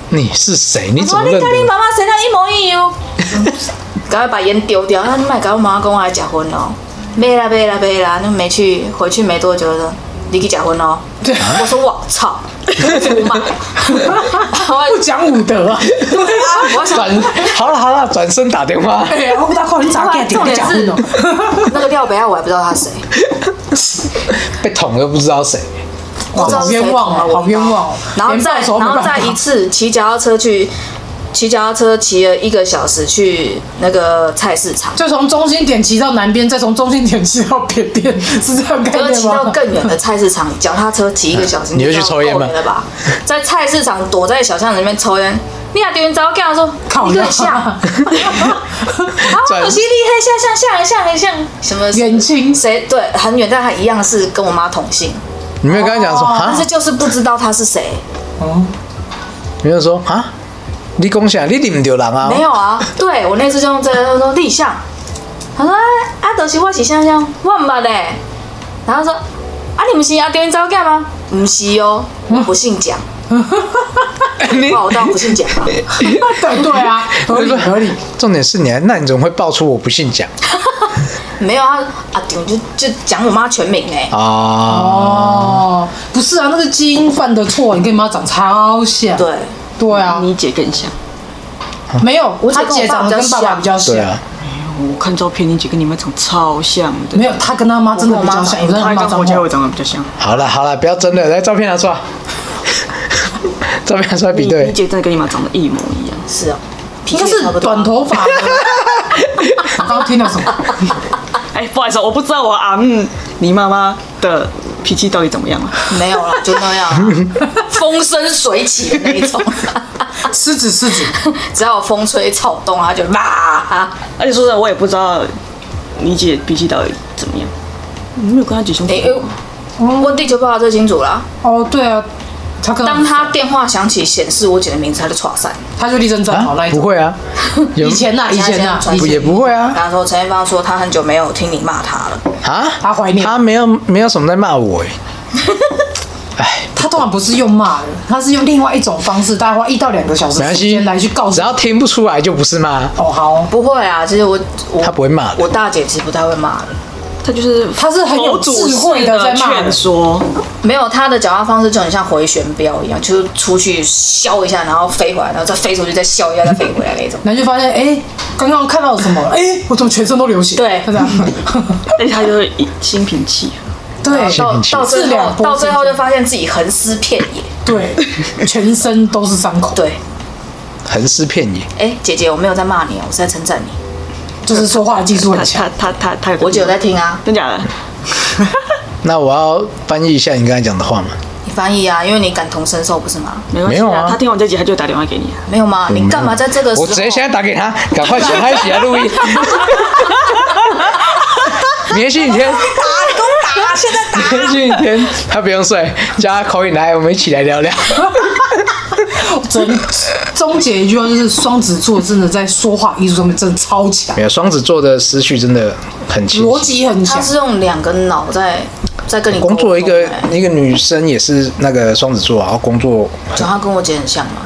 [SPEAKER 2] 你是谁？你
[SPEAKER 1] 我
[SPEAKER 2] 怎
[SPEAKER 1] 说
[SPEAKER 7] 哦
[SPEAKER 2] 么
[SPEAKER 1] 你
[SPEAKER 2] 认
[SPEAKER 1] 跟你
[SPEAKER 2] 得？
[SPEAKER 1] 妈妈身上一模一 样。嗯”赶快把烟丢掉，那你买赶快妈妈跟我来结婚哦，没啦没啦没啦，那没去，回去没多久就说你去结婚哦。
[SPEAKER 7] 对，啊
[SPEAKER 1] 我说我操， 我妈，我
[SPEAKER 7] 不讲武 德啊！
[SPEAKER 1] 我想
[SPEAKER 2] 转 好了好了，转身打电 话。
[SPEAKER 7] 对啊，我大靠，你咋
[SPEAKER 1] 对
[SPEAKER 7] 干
[SPEAKER 1] 重
[SPEAKER 7] 掉
[SPEAKER 1] 点
[SPEAKER 7] 假
[SPEAKER 1] 是
[SPEAKER 7] 婚哦？
[SPEAKER 1] 那个廖北亚，啊我还不知道他谁，
[SPEAKER 2] 被捅又不知道谁，
[SPEAKER 1] 不知道
[SPEAKER 7] 好
[SPEAKER 1] 是谁
[SPEAKER 7] 冤枉
[SPEAKER 1] 捅了
[SPEAKER 7] 哦，
[SPEAKER 1] 我
[SPEAKER 7] 好冤枉哦！
[SPEAKER 1] 然后
[SPEAKER 7] 连
[SPEAKER 1] 再
[SPEAKER 7] 报仇都
[SPEAKER 1] 然
[SPEAKER 7] 没
[SPEAKER 1] 后
[SPEAKER 7] 办法
[SPEAKER 1] 再一次骑脚踏车去，骑脚踏车骑了一个小时去那个菜市场，
[SPEAKER 7] 就从中心点骑到南边，再从中心点骑到北边，是这样概
[SPEAKER 1] 就是
[SPEAKER 7] 念
[SPEAKER 1] 骑到
[SPEAKER 7] 吗？
[SPEAKER 1] 更远的菜市场，脚踏车骑一个小时，
[SPEAKER 2] 你会去
[SPEAKER 1] 知道
[SPEAKER 2] 抽烟吗
[SPEAKER 1] 够没了吧，在菜市场躲在小巷子里面抽烟。你俩丢人糟，跟他说，
[SPEAKER 7] 靠
[SPEAKER 1] 你跟很
[SPEAKER 7] 腰
[SPEAKER 1] 像，啊，
[SPEAKER 2] 转
[SPEAKER 1] 我犀利，嘿，像像像很像很像什么
[SPEAKER 7] 远亲
[SPEAKER 1] 谁对很远，但他一样是跟我妈同姓，
[SPEAKER 2] 你没有跟他讲
[SPEAKER 7] 哦
[SPEAKER 2] 说
[SPEAKER 1] 但
[SPEAKER 2] 啊
[SPEAKER 1] 是？就是不知道他是谁。
[SPEAKER 2] 没有说啊？你讲啥？你认不对人啊？
[SPEAKER 7] 哦
[SPEAKER 1] 没有啊，对我那次就用这个，他说立项，他说啊啊，就是我是向向，我唔捌嘞。然后他说啊，你们是阿丢你知道干吗？唔是哦，我不姓 蒋。哇，我当然不姓蒋啊，
[SPEAKER 7] 对对啊，合理合理。
[SPEAKER 2] 重点是你还，那你怎么会爆出我不姓蒋
[SPEAKER 1] 没有啊，阿丢就就讲我妈全名哎、
[SPEAKER 2] 啊？
[SPEAKER 7] 哦，不是啊，那个基因犯的错，你跟你妈长超像。
[SPEAKER 1] 对，
[SPEAKER 7] 对啊，
[SPEAKER 6] 你姐更像。
[SPEAKER 7] 没有，他
[SPEAKER 1] 姐
[SPEAKER 7] 姐
[SPEAKER 1] 跟我爸
[SPEAKER 7] 长得跟爸爸
[SPEAKER 1] 比
[SPEAKER 7] 比较像
[SPEAKER 2] 对，啊，
[SPEAKER 6] 我看照片，你姐跟你妈长超像的。
[SPEAKER 7] 没有，他跟他妈真的比较像，
[SPEAKER 6] 长
[SPEAKER 7] 我跟
[SPEAKER 6] 她
[SPEAKER 7] 他妈
[SPEAKER 6] 跟
[SPEAKER 7] 长
[SPEAKER 6] 侯佳
[SPEAKER 7] 得
[SPEAKER 6] 慧长得比较像。
[SPEAKER 2] 好了好了，不要争了，来照片拿出 来，照片拿出来比
[SPEAKER 6] 你
[SPEAKER 2] 对
[SPEAKER 6] 你。姐真的跟你妈长得一模一样。
[SPEAKER 1] 是哦，脾
[SPEAKER 7] 应该
[SPEAKER 1] 气也差
[SPEAKER 7] 是
[SPEAKER 1] 不多啊
[SPEAKER 7] 短头发的。我刚刚听到什么？
[SPEAKER 6] 哎，不好意思，我不知道我啊，嗯，你妈妈的脾气到底怎么样了？啊
[SPEAKER 1] 没有了，就那样、 啊，风生水起的那一种，
[SPEAKER 7] 狮子狮子，
[SPEAKER 1] 只要有风吹草动，他就哇。啊
[SPEAKER 6] 而且说真的，我也不知道你姐脾气到底怎么样。你没有跟她姐相处
[SPEAKER 1] 哎、
[SPEAKER 6] 过
[SPEAKER 1] 呦
[SPEAKER 6] 吗？，
[SPEAKER 1] 问地球爸爸最清楚啦。
[SPEAKER 7] 哦对啊，他跟
[SPEAKER 1] 当他电话响起，显示我姐的名字，他就唰散。
[SPEAKER 7] 他就立正站好那一
[SPEAKER 2] 不
[SPEAKER 7] 种。
[SPEAKER 2] 会啊，有
[SPEAKER 7] 以前啊呐以前呐，
[SPEAKER 1] 现在
[SPEAKER 7] 以
[SPEAKER 2] 不也
[SPEAKER 7] 前
[SPEAKER 2] 不会啊
[SPEAKER 1] 他说陈一芳说他很久没有听你骂他了，
[SPEAKER 2] 啊，
[SPEAKER 7] 他怀念
[SPEAKER 2] 他没有没有什么在骂我哎，
[SPEAKER 7] 他通常不是用骂的，他是用另外一种方式，大概花一到两个小时
[SPEAKER 2] 没关
[SPEAKER 7] 时
[SPEAKER 2] 系
[SPEAKER 7] 间来去告诉
[SPEAKER 2] 只。要听不出来就不是骂，
[SPEAKER 7] 哦好，
[SPEAKER 1] 不会啊，其实我我
[SPEAKER 2] 他不会骂的
[SPEAKER 1] 我大姐其实不太会骂人，
[SPEAKER 6] 她就是
[SPEAKER 7] 她是很有
[SPEAKER 6] 佛祖
[SPEAKER 7] 智慧的
[SPEAKER 6] 式
[SPEAKER 7] 在骂人。
[SPEAKER 6] 劝说，
[SPEAKER 1] 没有她的讲话方式就很像回旋镖一样，就是出去削一下，然后飞回来，然后再飞出去，再削一下，再飞回来那 种
[SPEAKER 7] 然后就发现哎，刚刚看到了什么？哎，我怎么全身都流血？
[SPEAKER 1] 对
[SPEAKER 7] 就这样。
[SPEAKER 6] 而且她就是一心平气和。
[SPEAKER 7] 对
[SPEAKER 1] 到到最
[SPEAKER 7] 四两
[SPEAKER 1] 后，
[SPEAKER 7] 拨
[SPEAKER 1] 到最后
[SPEAKER 7] 千
[SPEAKER 1] 就发现自己横尸遍野。
[SPEAKER 7] 对，全身都是伤口，
[SPEAKER 1] 对，
[SPEAKER 2] 横尸遍野。
[SPEAKER 1] 哎、姐姐，我没有在骂你哦，我是在称赞你。
[SPEAKER 7] 就是说话的技术
[SPEAKER 6] 她
[SPEAKER 7] 很强。
[SPEAKER 6] 她她她她有，
[SPEAKER 1] 我姐有在，听啊，
[SPEAKER 6] 真假的？
[SPEAKER 2] 那我要翻译一下你刚才讲的话嘛？
[SPEAKER 1] 你翻译啊，因为你感同身受不是吗？
[SPEAKER 6] 没关
[SPEAKER 2] 没
[SPEAKER 6] 系
[SPEAKER 2] 有
[SPEAKER 6] 啊
[SPEAKER 2] 啊，
[SPEAKER 6] 她听完这集，她就会打电话给你啊。
[SPEAKER 1] 没有吗？你干嘛在这个时候？
[SPEAKER 2] 嗯我直接现在打给他，赶快请他一起来啊录 音。连续一天，打，你给我打，现在打。连续一天，他不用睡，叫他口音来，我们一起来聊聊。
[SPEAKER 7] 真终结一句话就是双子座真的在说话艺术上面真的超强
[SPEAKER 2] 没，有，双子座的思绪真的很清
[SPEAKER 7] 逻
[SPEAKER 2] 晰。
[SPEAKER 7] 辑很
[SPEAKER 1] 他
[SPEAKER 7] 强。
[SPEAKER 1] 是用两个脑在在跟你
[SPEAKER 2] 工作一个
[SPEAKER 1] 沟通欸
[SPEAKER 2] 一个女生也是那个双子座，然后啊工作
[SPEAKER 1] 讲话跟我姐很像嘛，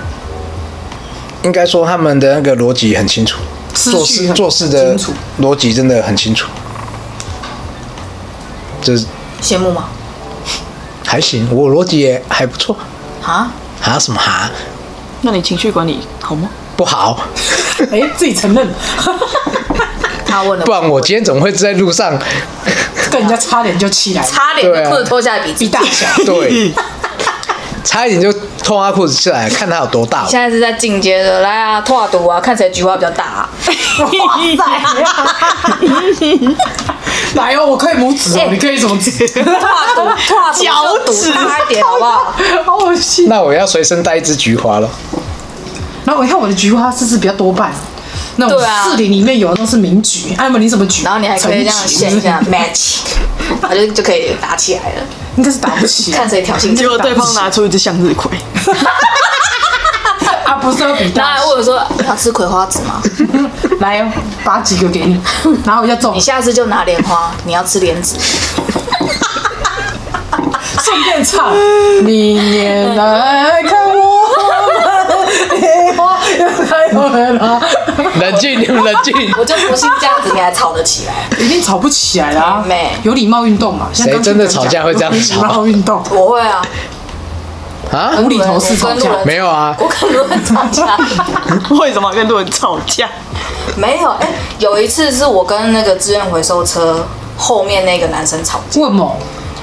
[SPEAKER 2] 应该说他们的那个逻辑很清楚，
[SPEAKER 7] 思
[SPEAKER 2] 做
[SPEAKER 7] 绪
[SPEAKER 2] 事
[SPEAKER 7] 很
[SPEAKER 2] 做事的
[SPEAKER 7] 清楚
[SPEAKER 2] 逻辑真的很清楚。这
[SPEAKER 1] 羡慕吗？
[SPEAKER 2] 还行，我逻辑也还不错。
[SPEAKER 1] 啊，
[SPEAKER 2] 哈什么哈？
[SPEAKER 6] 那你情绪管理好 吗？
[SPEAKER 2] 不好，
[SPEAKER 7] 哎，自己承认，
[SPEAKER 1] 他问了，
[SPEAKER 2] 不然我今天怎么会在路上？
[SPEAKER 7] 跟人家差点就起来了，
[SPEAKER 2] 啊
[SPEAKER 1] 差点就裤子脱下来比自己
[SPEAKER 7] 比大小。
[SPEAKER 2] 对，差一点就脱他裤子下来，看他有多大。
[SPEAKER 1] 现在是在进阶的，来啊，拓赌啊，看谁菊花比较大、啊。
[SPEAKER 7] 哇塞！来哦，我可以拇指
[SPEAKER 1] 哎
[SPEAKER 7] 哦，你可以怎么指？
[SPEAKER 1] 拓赌，拓 赌
[SPEAKER 6] 脚
[SPEAKER 1] 就
[SPEAKER 6] 趾
[SPEAKER 1] 赌大一点好不好？
[SPEAKER 7] 好恶心。
[SPEAKER 2] 那我要随身带一支 菊花了。
[SPEAKER 7] 然后我一看我的菊花是不是比较多瓣？那种
[SPEAKER 1] 对啊
[SPEAKER 7] 四零里面有的都是名菊，艾玛你怎么举？
[SPEAKER 1] 然后你还可以这样
[SPEAKER 7] 成
[SPEAKER 1] 选
[SPEAKER 7] 菊
[SPEAKER 1] 一下 match，然后就就可以打起来了，
[SPEAKER 7] 应该是打不起
[SPEAKER 1] 看谁挑衅
[SPEAKER 6] 结果对方拿出一只向日葵，
[SPEAKER 7] 啊，不是要比
[SPEAKER 1] 然后
[SPEAKER 7] 大
[SPEAKER 1] 还
[SPEAKER 7] 小。
[SPEAKER 1] 问我说想吃葵花籽吗？
[SPEAKER 7] 来哦，拔几个给你，然后我就中
[SPEAKER 1] 你，下次就拿莲花，你要吃莲子。
[SPEAKER 7] 顺便唱。你也来看我们，莲花又开又来了，
[SPEAKER 2] 冷静，你们冷静。
[SPEAKER 1] 我就不信这样子你还吵得起来，
[SPEAKER 7] 一定吵不起来啦
[SPEAKER 1] 妹。
[SPEAKER 7] 有礼貌运动嘛？像
[SPEAKER 2] 谁
[SPEAKER 7] 刚才
[SPEAKER 2] 真的
[SPEAKER 7] 讲
[SPEAKER 2] 吵架会这样吵
[SPEAKER 7] 有礼貌运动，
[SPEAKER 1] 我会啊，
[SPEAKER 2] 啊？
[SPEAKER 7] 无厘头式吵架。
[SPEAKER 2] 没有啊，
[SPEAKER 1] 我跟路人吵架。
[SPEAKER 6] 为什么要跟路人吵架？
[SPEAKER 1] 没有，哎、有一次是我跟那个志愿回收车后面那个男生吵架，
[SPEAKER 7] 问某，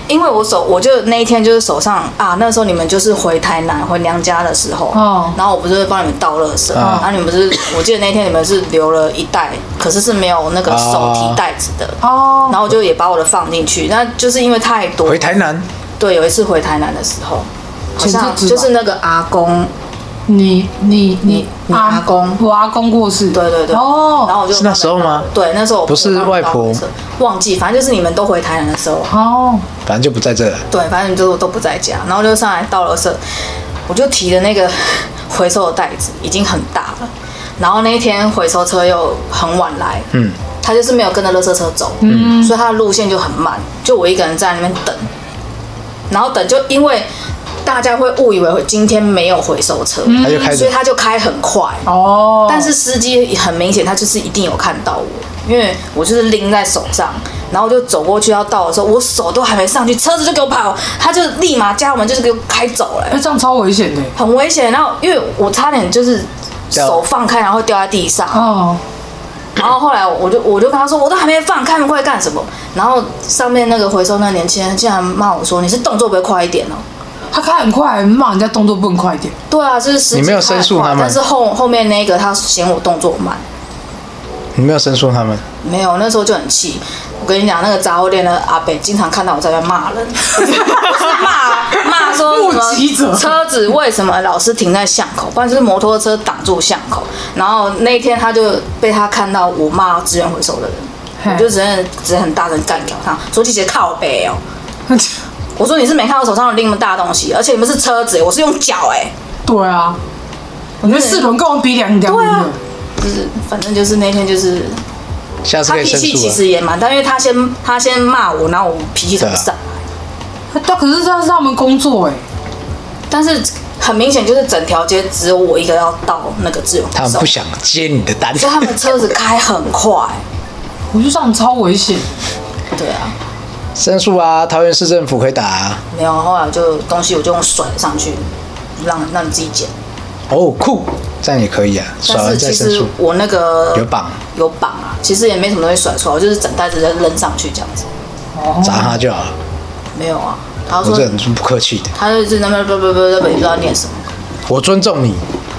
[SPEAKER 1] 因为我手，我就那一天就是手上啊，那时候你们就是回台南回娘家的时候，
[SPEAKER 7] 哦啊
[SPEAKER 1] 然后我不是会帮你们倒垃圾，然后你们不是，我记得那天你们是留了一袋，可是是没有那个手提袋子的，
[SPEAKER 7] 哦
[SPEAKER 1] 然后我就也把我的放进去，那就是因为太多，
[SPEAKER 2] 回台南，
[SPEAKER 1] 对，有一次回台南的时候，好像
[SPEAKER 7] 前阵子吧
[SPEAKER 1] 就是那个阿公，
[SPEAKER 7] 你你你
[SPEAKER 1] 你阿公
[SPEAKER 7] 我阿公过世。
[SPEAKER 1] 对对对，然
[SPEAKER 7] 哦
[SPEAKER 1] 后我就是
[SPEAKER 2] 那时候吗
[SPEAKER 1] 对，那时候我
[SPEAKER 2] 不是
[SPEAKER 1] 我
[SPEAKER 2] 外婆，
[SPEAKER 1] 忘记，反正就是你们都回台南的时候，
[SPEAKER 7] 哦，
[SPEAKER 2] 反正就不在这了。
[SPEAKER 1] 对，反正就都不在家，然后就上来倒垃圾，我就提的那个回收的袋子已经很大了，然后那一天回收车又很晚来，嗯，他就是没有跟着垃圾车走，嗯，所以他的路线就很慢，就我一个人在那边等，然后等就因为大家会误以为今天没有回收车，
[SPEAKER 2] 他就开
[SPEAKER 1] 所
[SPEAKER 2] 始
[SPEAKER 1] 以他就开很快，
[SPEAKER 7] 哦，
[SPEAKER 1] 但是司机很明显，他就是一定有看到我，因为我就是拎在手上，然后就走过去要到的时候，我手都还没上去，车子就给我跑，他就立马加油门就是给我开走了、
[SPEAKER 2] 嗯
[SPEAKER 7] 哎，这样超危险的。
[SPEAKER 1] 很危险。然后因为我差点就是
[SPEAKER 2] 掉
[SPEAKER 1] 手放开，然后掉在地上，
[SPEAKER 7] 哦，
[SPEAKER 1] 然后后来我就我就跟他说，我都还没放，开那么快干什么？然后上面那个回收那个年轻人竟然骂我说，你是动作不会快一点哦、
[SPEAKER 7] 他开很快，骂人家动作不能快一点。
[SPEAKER 1] 对啊，就是司机
[SPEAKER 2] 你没有
[SPEAKER 1] 开很
[SPEAKER 2] 申诉
[SPEAKER 1] 快
[SPEAKER 2] 他们
[SPEAKER 1] 但是后后面那个他嫌我动作慢。
[SPEAKER 2] 你没有申诉他们，
[SPEAKER 1] 没有，那时候就很气。我跟你讲，那个杂货店的阿北经常看到我在那边骂人，不是骂骂说什么
[SPEAKER 7] 目击者
[SPEAKER 1] 车子为什么老是停在巷口，不然就是摩托车挡住巷口。然后那一天他就被他看到我骂资源回收的人，
[SPEAKER 7] 嘿
[SPEAKER 1] 我就只能只能很大声干掉他，说这些靠北哦。我说你是没看到手上有拎那么大的东西，而且你们是车子，我是用脚哎、
[SPEAKER 7] 对啊，我觉得四轮跟我比两两
[SPEAKER 1] 对
[SPEAKER 7] 轮
[SPEAKER 1] 啊
[SPEAKER 7] 的。
[SPEAKER 1] 就是反正就是那天就是
[SPEAKER 2] 下次
[SPEAKER 1] 他
[SPEAKER 2] 可以
[SPEAKER 1] 脾
[SPEAKER 2] 申
[SPEAKER 1] 气其
[SPEAKER 2] 诉了。啊
[SPEAKER 1] 实也蛮大，因为他先他先骂我，然后我脾气才
[SPEAKER 2] 对啊
[SPEAKER 1] 上。
[SPEAKER 7] 但可是这样是他们工作哎，
[SPEAKER 1] 但是很明显就是整条街只有我一个要到那个自由
[SPEAKER 2] 他们不想接你的单，
[SPEAKER 1] 所以他们车子开很快。
[SPEAKER 7] 我觉得这样超危险。
[SPEAKER 1] 对啊，
[SPEAKER 2] 申诉啊，桃园市政府可以打、啊。
[SPEAKER 1] 没有，后来我就东西我就用甩上去，让让你自己捡。
[SPEAKER 2] 哦，酷，这样也可以啊，甩
[SPEAKER 1] 但
[SPEAKER 2] 完
[SPEAKER 1] 是
[SPEAKER 2] 再
[SPEAKER 1] 其
[SPEAKER 2] 申
[SPEAKER 1] 实
[SPEAKER 2] 诉。
[SPEAKER 1] 我那个
[SPEAKER 2] 有绑
[SPEAKER 1] 有绑啊，其实也没什么东西甩出来，我就是整袋子再扔上去这样子。哦
[SPEAKER 2] 砸他就好了。
[SPEAKER 1] 没有啊，然后
[SPEAKER 2] 我
[SPEAKER 1] 说
[SPEAKER 2] 这人是不客气的，
[SPEAKER 1] 他就在那边不不不不不知道念什么，
[SPEAKER 2] 我尊重你。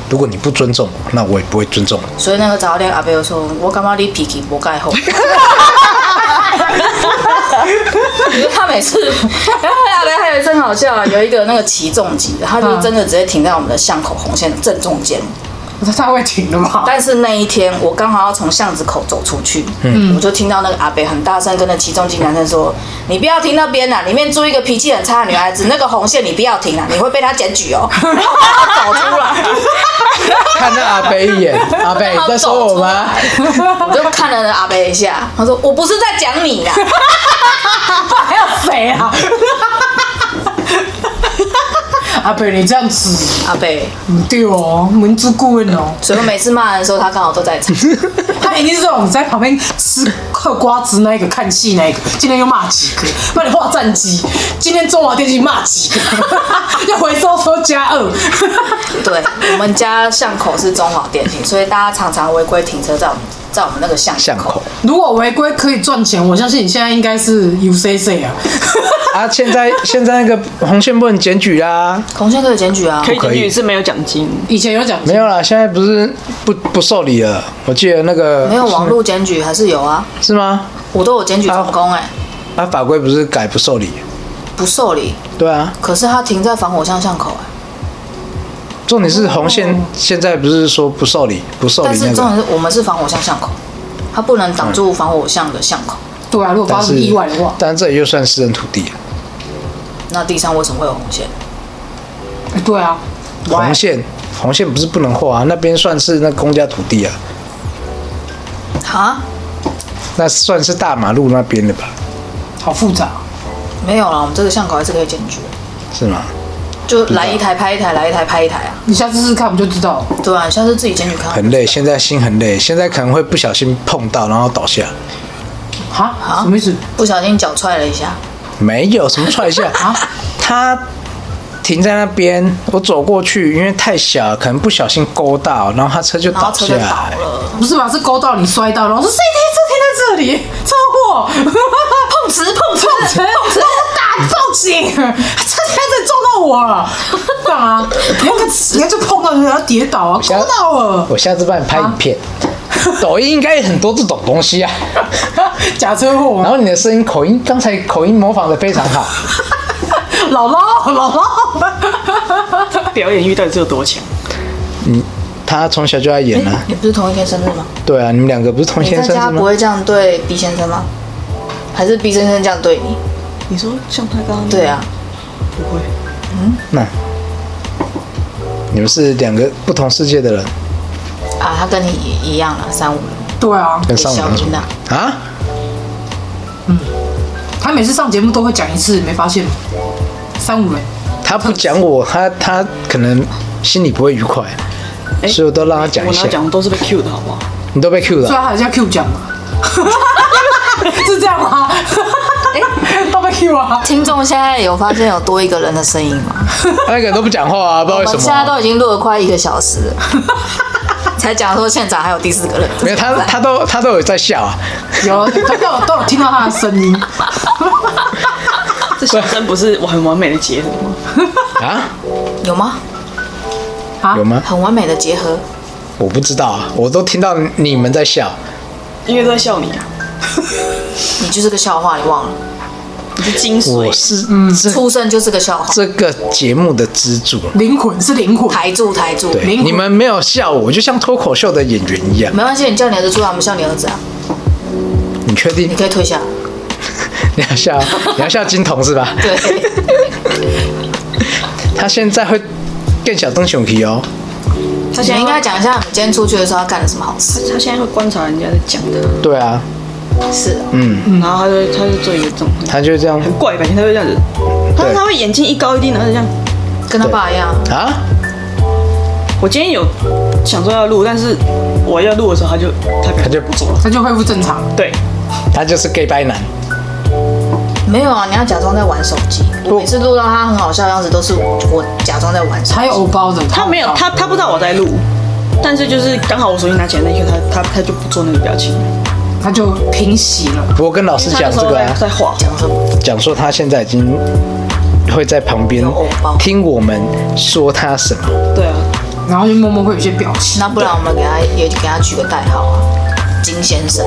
[SPEAKER 2] 如果你不尊重我，那我也不会尊重你。
[SPEAKER 1] 所以那个早点阿伯就说，我感觉你脾气不盖好。因为他每次，然后阿雷还有一次很好笑啊，有一个那个起重机的，他就真的直接停在我们的巷口红线的正中间。
[SPEAKER 7] 我说太会停了 吧？
[SPEAKER 1] 但是那一天我刚好要从巷子口走出去，嗯，我就听到那个阿北很大声跟那起重机男生说：“你不要停那边啦，里面住一个脾气很差的女孩子，那个红线你不要停啊啦，你会被她检举哦。”然后他走出来，
[SPEAKER 2] 看那阿北一 眼，阿北
[SPEAKER 1] 他
[SPEAKER 2] 在说我吗？
[SPEAKER 1] 走出来我就看了那阿北一下，他说：“我不是在讲你啊啦。”
[SPEAKER 7] 还有谁啊？ 阿北，你这样子
[SPEAKER 1] 阿北，
[SPEAKER 7] 不对哦，民族顾问哦，
[SPEAKER 1] 所以我每次骂人的时候，他刚好都在场。
[SPEAKER 7] 他一定是这种在旁边吃嗑瓜子那一个看戏那一个，今天又骂几个，帮你画战绩，今天中华电信骂几个， 要回收说加二，
[SPEAKER 1] 对，我们家巷口是中华电信，所以大家常常违规停车在我们在我们那个巷
[SPEAKER 2] 巷口。
[SPEAKER 7] 如果违规可以赚钱，我相信你现在应该是 UCC 啊。
[SPEAKER 2] 啊，现在现在那个红线不能检举啦，
[SPEAKER 1] 红线可以检举啊
[SPEAKER 6] 可，以
[SPEAKER 2] 可
[SPEAKER 6] 进
[SPEAKER 2] 以
[SPEAKER 6] 去是没有奖金，
[SPEAKER 7] 以前有讲
[SPEAKER 2] 没有啦，现在不是不不受理了。我记得那个
[SPEAKER 1] 没有网络检举还是有啊，
[SPEAKER 2] 是是吗？
[SPEAKER 1] 我都有检举成功哎、
[SPEAKER 2] 啊，法规不是改不受理？
[SPEAKER 1] 不受理。
[SPEAKER 2] 对啊，
[SPEAKER 1] 可是他停在防火巷巷口哎、
[SPEAKER 2] 重点是红线现在不是说不受理，不受
[SPEAKER 1] 但
[SPEAKER 2] 理那
[SPEAKER 1] 是重
[SPEAKER 2] 个，
[SPEAKER 1] 点是我们是防火巷巷口，他不能挡住防火巷的巷口。
[SPEAKER 7] 对啊，如果发
[SPEAKER 2] 但
[SPEAKER 7] 生
[SPEAKER 2] 是
[SPEAKER 7] 意外的话，
[SPEAKER 2] 但这也就算私人土地了。
[SPEAKER 1] 那地上为什么会有红线？
[SPEAKER 7] 哎对啊，
[SPEAKER 2] 红线红线不是不能画啊，那边算是那公家土地啊，
[SPEAKER 1] 啊？
[SPEAKER 2] 那算是大马路那边的吧？
[SPEAKER 7] 好复杂。
[SPEAKER 1] 没有啦，我们这个巷口还是可以检举，
[SPEAKER 2] 是吗？
[SPEAKER 1] 就来一台拍一台，来一台拍一台啊。
[SPEAKER 7] 你下次试试看，我们就知道了。
[SPEAKER 1] 对啊，你下次自己检举看看。
[SPEAKER 2] 很累，现在心很累，现在可能会不小心碰到，然后倒下。
[SPEAKER 7] 哈，什么意思？
[SPEAKER 1] 不小心脚踹了一下，
[SPEAKER 2] 没有什么踹一下啊，他停在那边，我走过去，因为太小，可能不小心勾到，然后他车就
[SPEAKER 1] 然后
[SPEAKER 2] 倒
[SPEAKER 1] 车
[SPEAKER 2] 下
[SPEAKER 1] 就倒
[SPEAKER 2] 来。
[SPEAKER 1] 了，
[SPEAKER 7] 不是吧？是勾到你摔到，然后说谁停车停在这里？ 车祸，碰瓷碰瓷碰瓷碰瓷， 打报警，车停在这里撞到我了。干 嘛？你要看，你要就碰到人，然后跌倒啊，
[SPEAKER 2] 下
[SPEAKER 7] 勾到了。
[SPEAKER 2] 我下次帮你拍影片，
[SPEAKER 1] 啊
[SPEAKER 2] 抖音应该有很多这种东西啊。
[SPEAKER 7] 假车祸
[SPEAKER 2] 然
[SPEAKER 7] 啊，
[SPEAKER 2] 后你的声音口音，刚才口音模仿的非常好，
[SPEAKER 7] 姥姥姥姥，
[SPEAKER 6] 表演欲到底是有多强？
[SPEAKER 2] 他从小就爱演啊。
[SPEAKER 1] 你不是同一天生日吗？
[SPEAKER 2] 对啊，你们两个不是同
[SPEAKER 1] 你在
[SPEAKER 2] 先生
[SPEAKER 1] 家
[SPEAKER 2] 是
[SPEAKER 1] 不
[SPEAKER 2] 吗？
[SPEAKER 1] 会这样对 B 先生吗？还是 B 先生这样对你？
[SPEAKER 6] 你说像他刚刚
[SPEAKER 1] 对啊，
[SPEAKER 6] 不会，
[SPEAKER 1] 嗯
[SPEAKER 2] 那你们是两个不同世界的人，
[SPEAKER 1] 啊，他跟你一一样啊，三五零
[SPEAKER 7] 对啊，
[SPEAKER 2] 跟上
[SPEAKER 1] 小
[SPEAKER 2] 网有什
[SPEAKER 1] 云
[SPEAKER 2] 么
[SPEAKER 1] 啊，
[SPEAKER 2] 啊？
[SPEAKER 7] 他每次上节目都会讲一次，没发现吗？三五人，
[SPEAKER 2] 他不讲我，他他可能心里不会愉快，
[SPEAKER 6] 哎
[SPEAKER 2] 所以我都让他啊讲一
[SPEAKER 6] 我
[SPEAKER 2] 下
[SPEAKER 6] 哪。讲都是被 Q 的好不好？
[SPEAKER 2] 你都被 Q
[SPEAKER 7] 虽
[SPEAKER 2] 了，
[SPEAKER 7] 然还是要啊 Q 奖嘛，是这样吗？都被 Q 啊。
[SPEAKER 1] 听众现在有发现有多一个人的声音吗？
[SPEAKER 2] 他那个人都不讲话啊，不知道
[SPEAKER 1] 我
[SPEAKER 2] 为
[SPEAKER 1] 们
[SPEAKER 2] 什
[SPEAKER 1] 现在
[SPEAKER 2] 么。
[SPEAKER 1] 都已经录了快一个小时 了，才讲说现场还有第四个人。
[SPEAKER 2] 没有他，他都他都有在笑啊，
[SPEAKER 7] 有，都有都有听到他的声音，
[SPEAKER 6] 这小生不是我很完美的结合吗？
[SPEAKER 2] 啊
[SPEAKER 1] 有吗？
[SPEAKER 7] 啊
[SPEAKER 2] 有吗？
[SPEAKER 1] 很完美的结合，
[SPEAKER 2] 我不知道啊，我都听到你们在笑。
[SPEAKER 6] 因为都在笑你啊，
[SPEAKER 1] 你就是个笑话，你忘了？
[SPEAKER 6] 你是精
[SPEAKER 2] 我
[SPEAKER 6] 髓。
[SPEAKER 2] 是这
[SPEAKER 1] 出生就是个笑话，
[SPEAKER 2] 这个节目的支柱，
[SPEAKER 7] 灵魂是灵魂，
[SPEAKER 1] 台柱台柱。
[SPEAKER 2] 对，
[SPEAKER 7] 灵魂
[SPEAKER 2] 你们没有笑我，就像脱口秀的演员一样。
[SPEAKER 1] 没关系，你叫你儿子出来，我们笑你儿子啊，
[SPEAKER 2] 你确定
[SPEAKER 1] 你可以退下。
[SPEAKER 2] 你要笑？你要笑金童是吧？
[SPEAKER 1] 对，
[SPEAKER 2] 他现在会更小灯熊皮哦。
[SPEAKER 6] 他
[SPEAKER 1] 你
[SPEAKER 6] 现在
[SPEAKER 1] 应该讲一下你今天出去的时候他干了什么好事。
[SPEAKER 6] 他现在会观察人家在讲的，
[SPEAKER 2] 对啊，
[SPEAKER 1] 是啊，
[SPEAKER 2] 嗯
[SPEAKER 6] 然后他就会他就做一个这种
[SPEAKER 2] 他就这样
[SPEAKER 6] 很怪的表情，他会这样子，他
[SPEAKER 2] 对
[SPEAKER 6] 他会眼睛一高一低，然后就这样。
[SPEAKER 1] 跟他爸一样，
[SPEAKER 2] 啊。
[SPEAKER 6] 我今天有想说要录，但是我要录的时候，他就他
[SPEAKER 2] 他就
[SPEAKER 6] 不做了。
[SPEAKER 7] 他就恢复正常。
[SPEAKER 6] 对，
[SPEAKER 2] 他就是 gay 白男，
[SPEAKER 1] 没有啊，你要假装在玩手机。我每次录到他很好笑的样子，都是我假装在玩手
[SPEAKER 7] 还有欧包的，
[SPEAKER 6] 他没
[SPEAKER 1] 哦
[SPEAKER 6] 有，他他不知道我在录，但是就是刚好我手机拿起来那一刻，他他他就不做那个表情。
[SPEAKER 7] 他就平息了。
[SPEAKER 2] 我跟老师
[SPEAKER 6] 他
[SPEAKER 2] 讲
[SPEAKER 6] 那时
[SPEAKER 2] 这
[SPEAKER 6] 候
[SPEAKER 2] 个、
[SPEAKER 6] 在
[SPEAKER 2] 啊，
[SPEAKER 6] 在画，
[SPEAKER 1] 机，讲什么？
[SPEAKER 2] 讲说他现在已经会在旁边
[SPEAKER 1] 有偶包
[SPEAKER 2] 听我们说他什么，
[SPEAKER 6] 对啊，
[SPEAKER 7] 然后就默默会有一些表情，
[SPEAKER 1] 那不然我们给他也给他取个代号啊，金先生，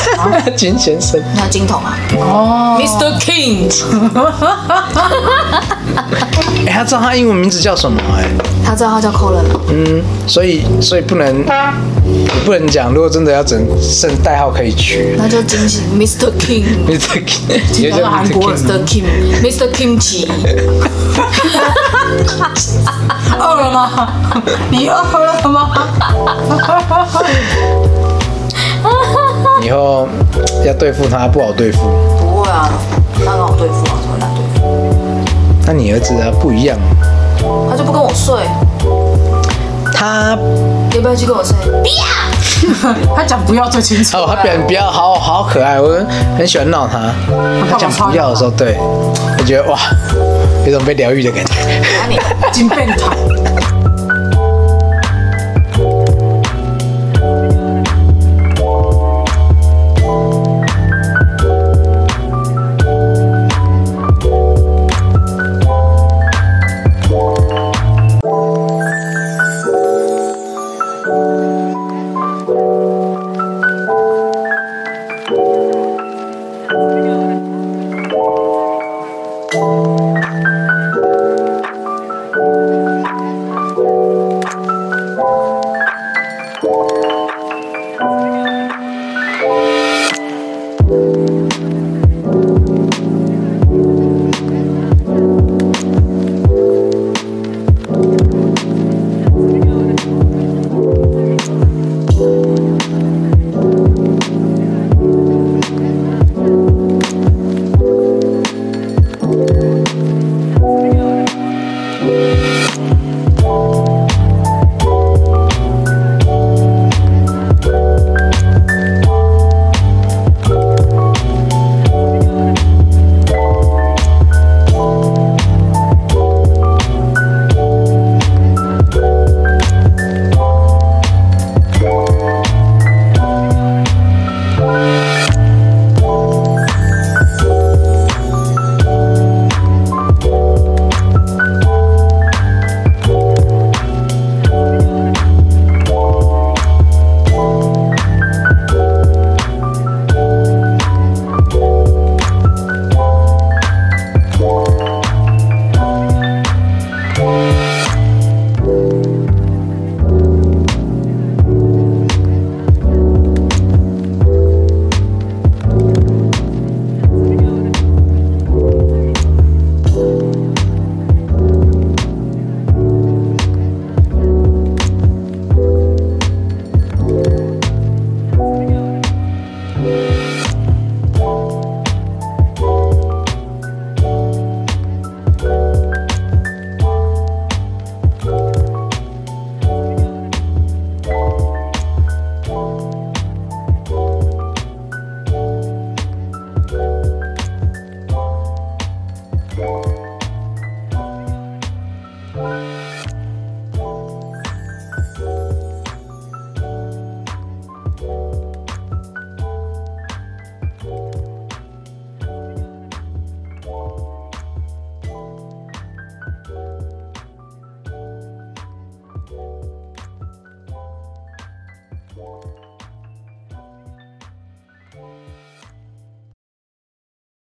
[SPEAKER 2] 金先生，
[SPEAKER 1] 那金童啊
[SPEAKER 7] ，Mr. King，
[SPEAKER 2] 哎、他知道他英文名字叫什么哎、
[SPEAKER 1] 他知道他叫 Colin 啊
[SPEAKER 2] 嗯，所以所以不能，你不能讲，如果真的要整剩代号可以取，
[SPEAKER 1] 那就金星 Mr. King。
[SPEAKER 2] 你这个你就
[SPEAKER 7] 到
[SPEAKER 2] 叫
[SPEAKER 7] 韩国人
[SPEAKER 1] Mr. Kim, Mr. Kimchi，
[SPEAKER 7] 饿了吗？你饿了吗？
[SPEAKER 2] 以后要对付他不好对付。
[SPEAKER 1] 不会啊，他很好对付啊，怎么难对付？
[SPEAKER 2] 那你儿子啊不一样，
[SPEAKER 1] 他就不跟我睡，
[SPEAKER 2] 他
[SPEAKER 1] 要不要去跟我睡？
[SPEAKER 7] 他讲不要最清楚，
[SPEAKER 2] 哦他表不要好好可爱，我很喜欢闹他。他讲不要的时候，对我觉得哇，有种被疗愈的感觉。
[SPEAKER 1] 那你
[SPEAKER 7] 已经变态。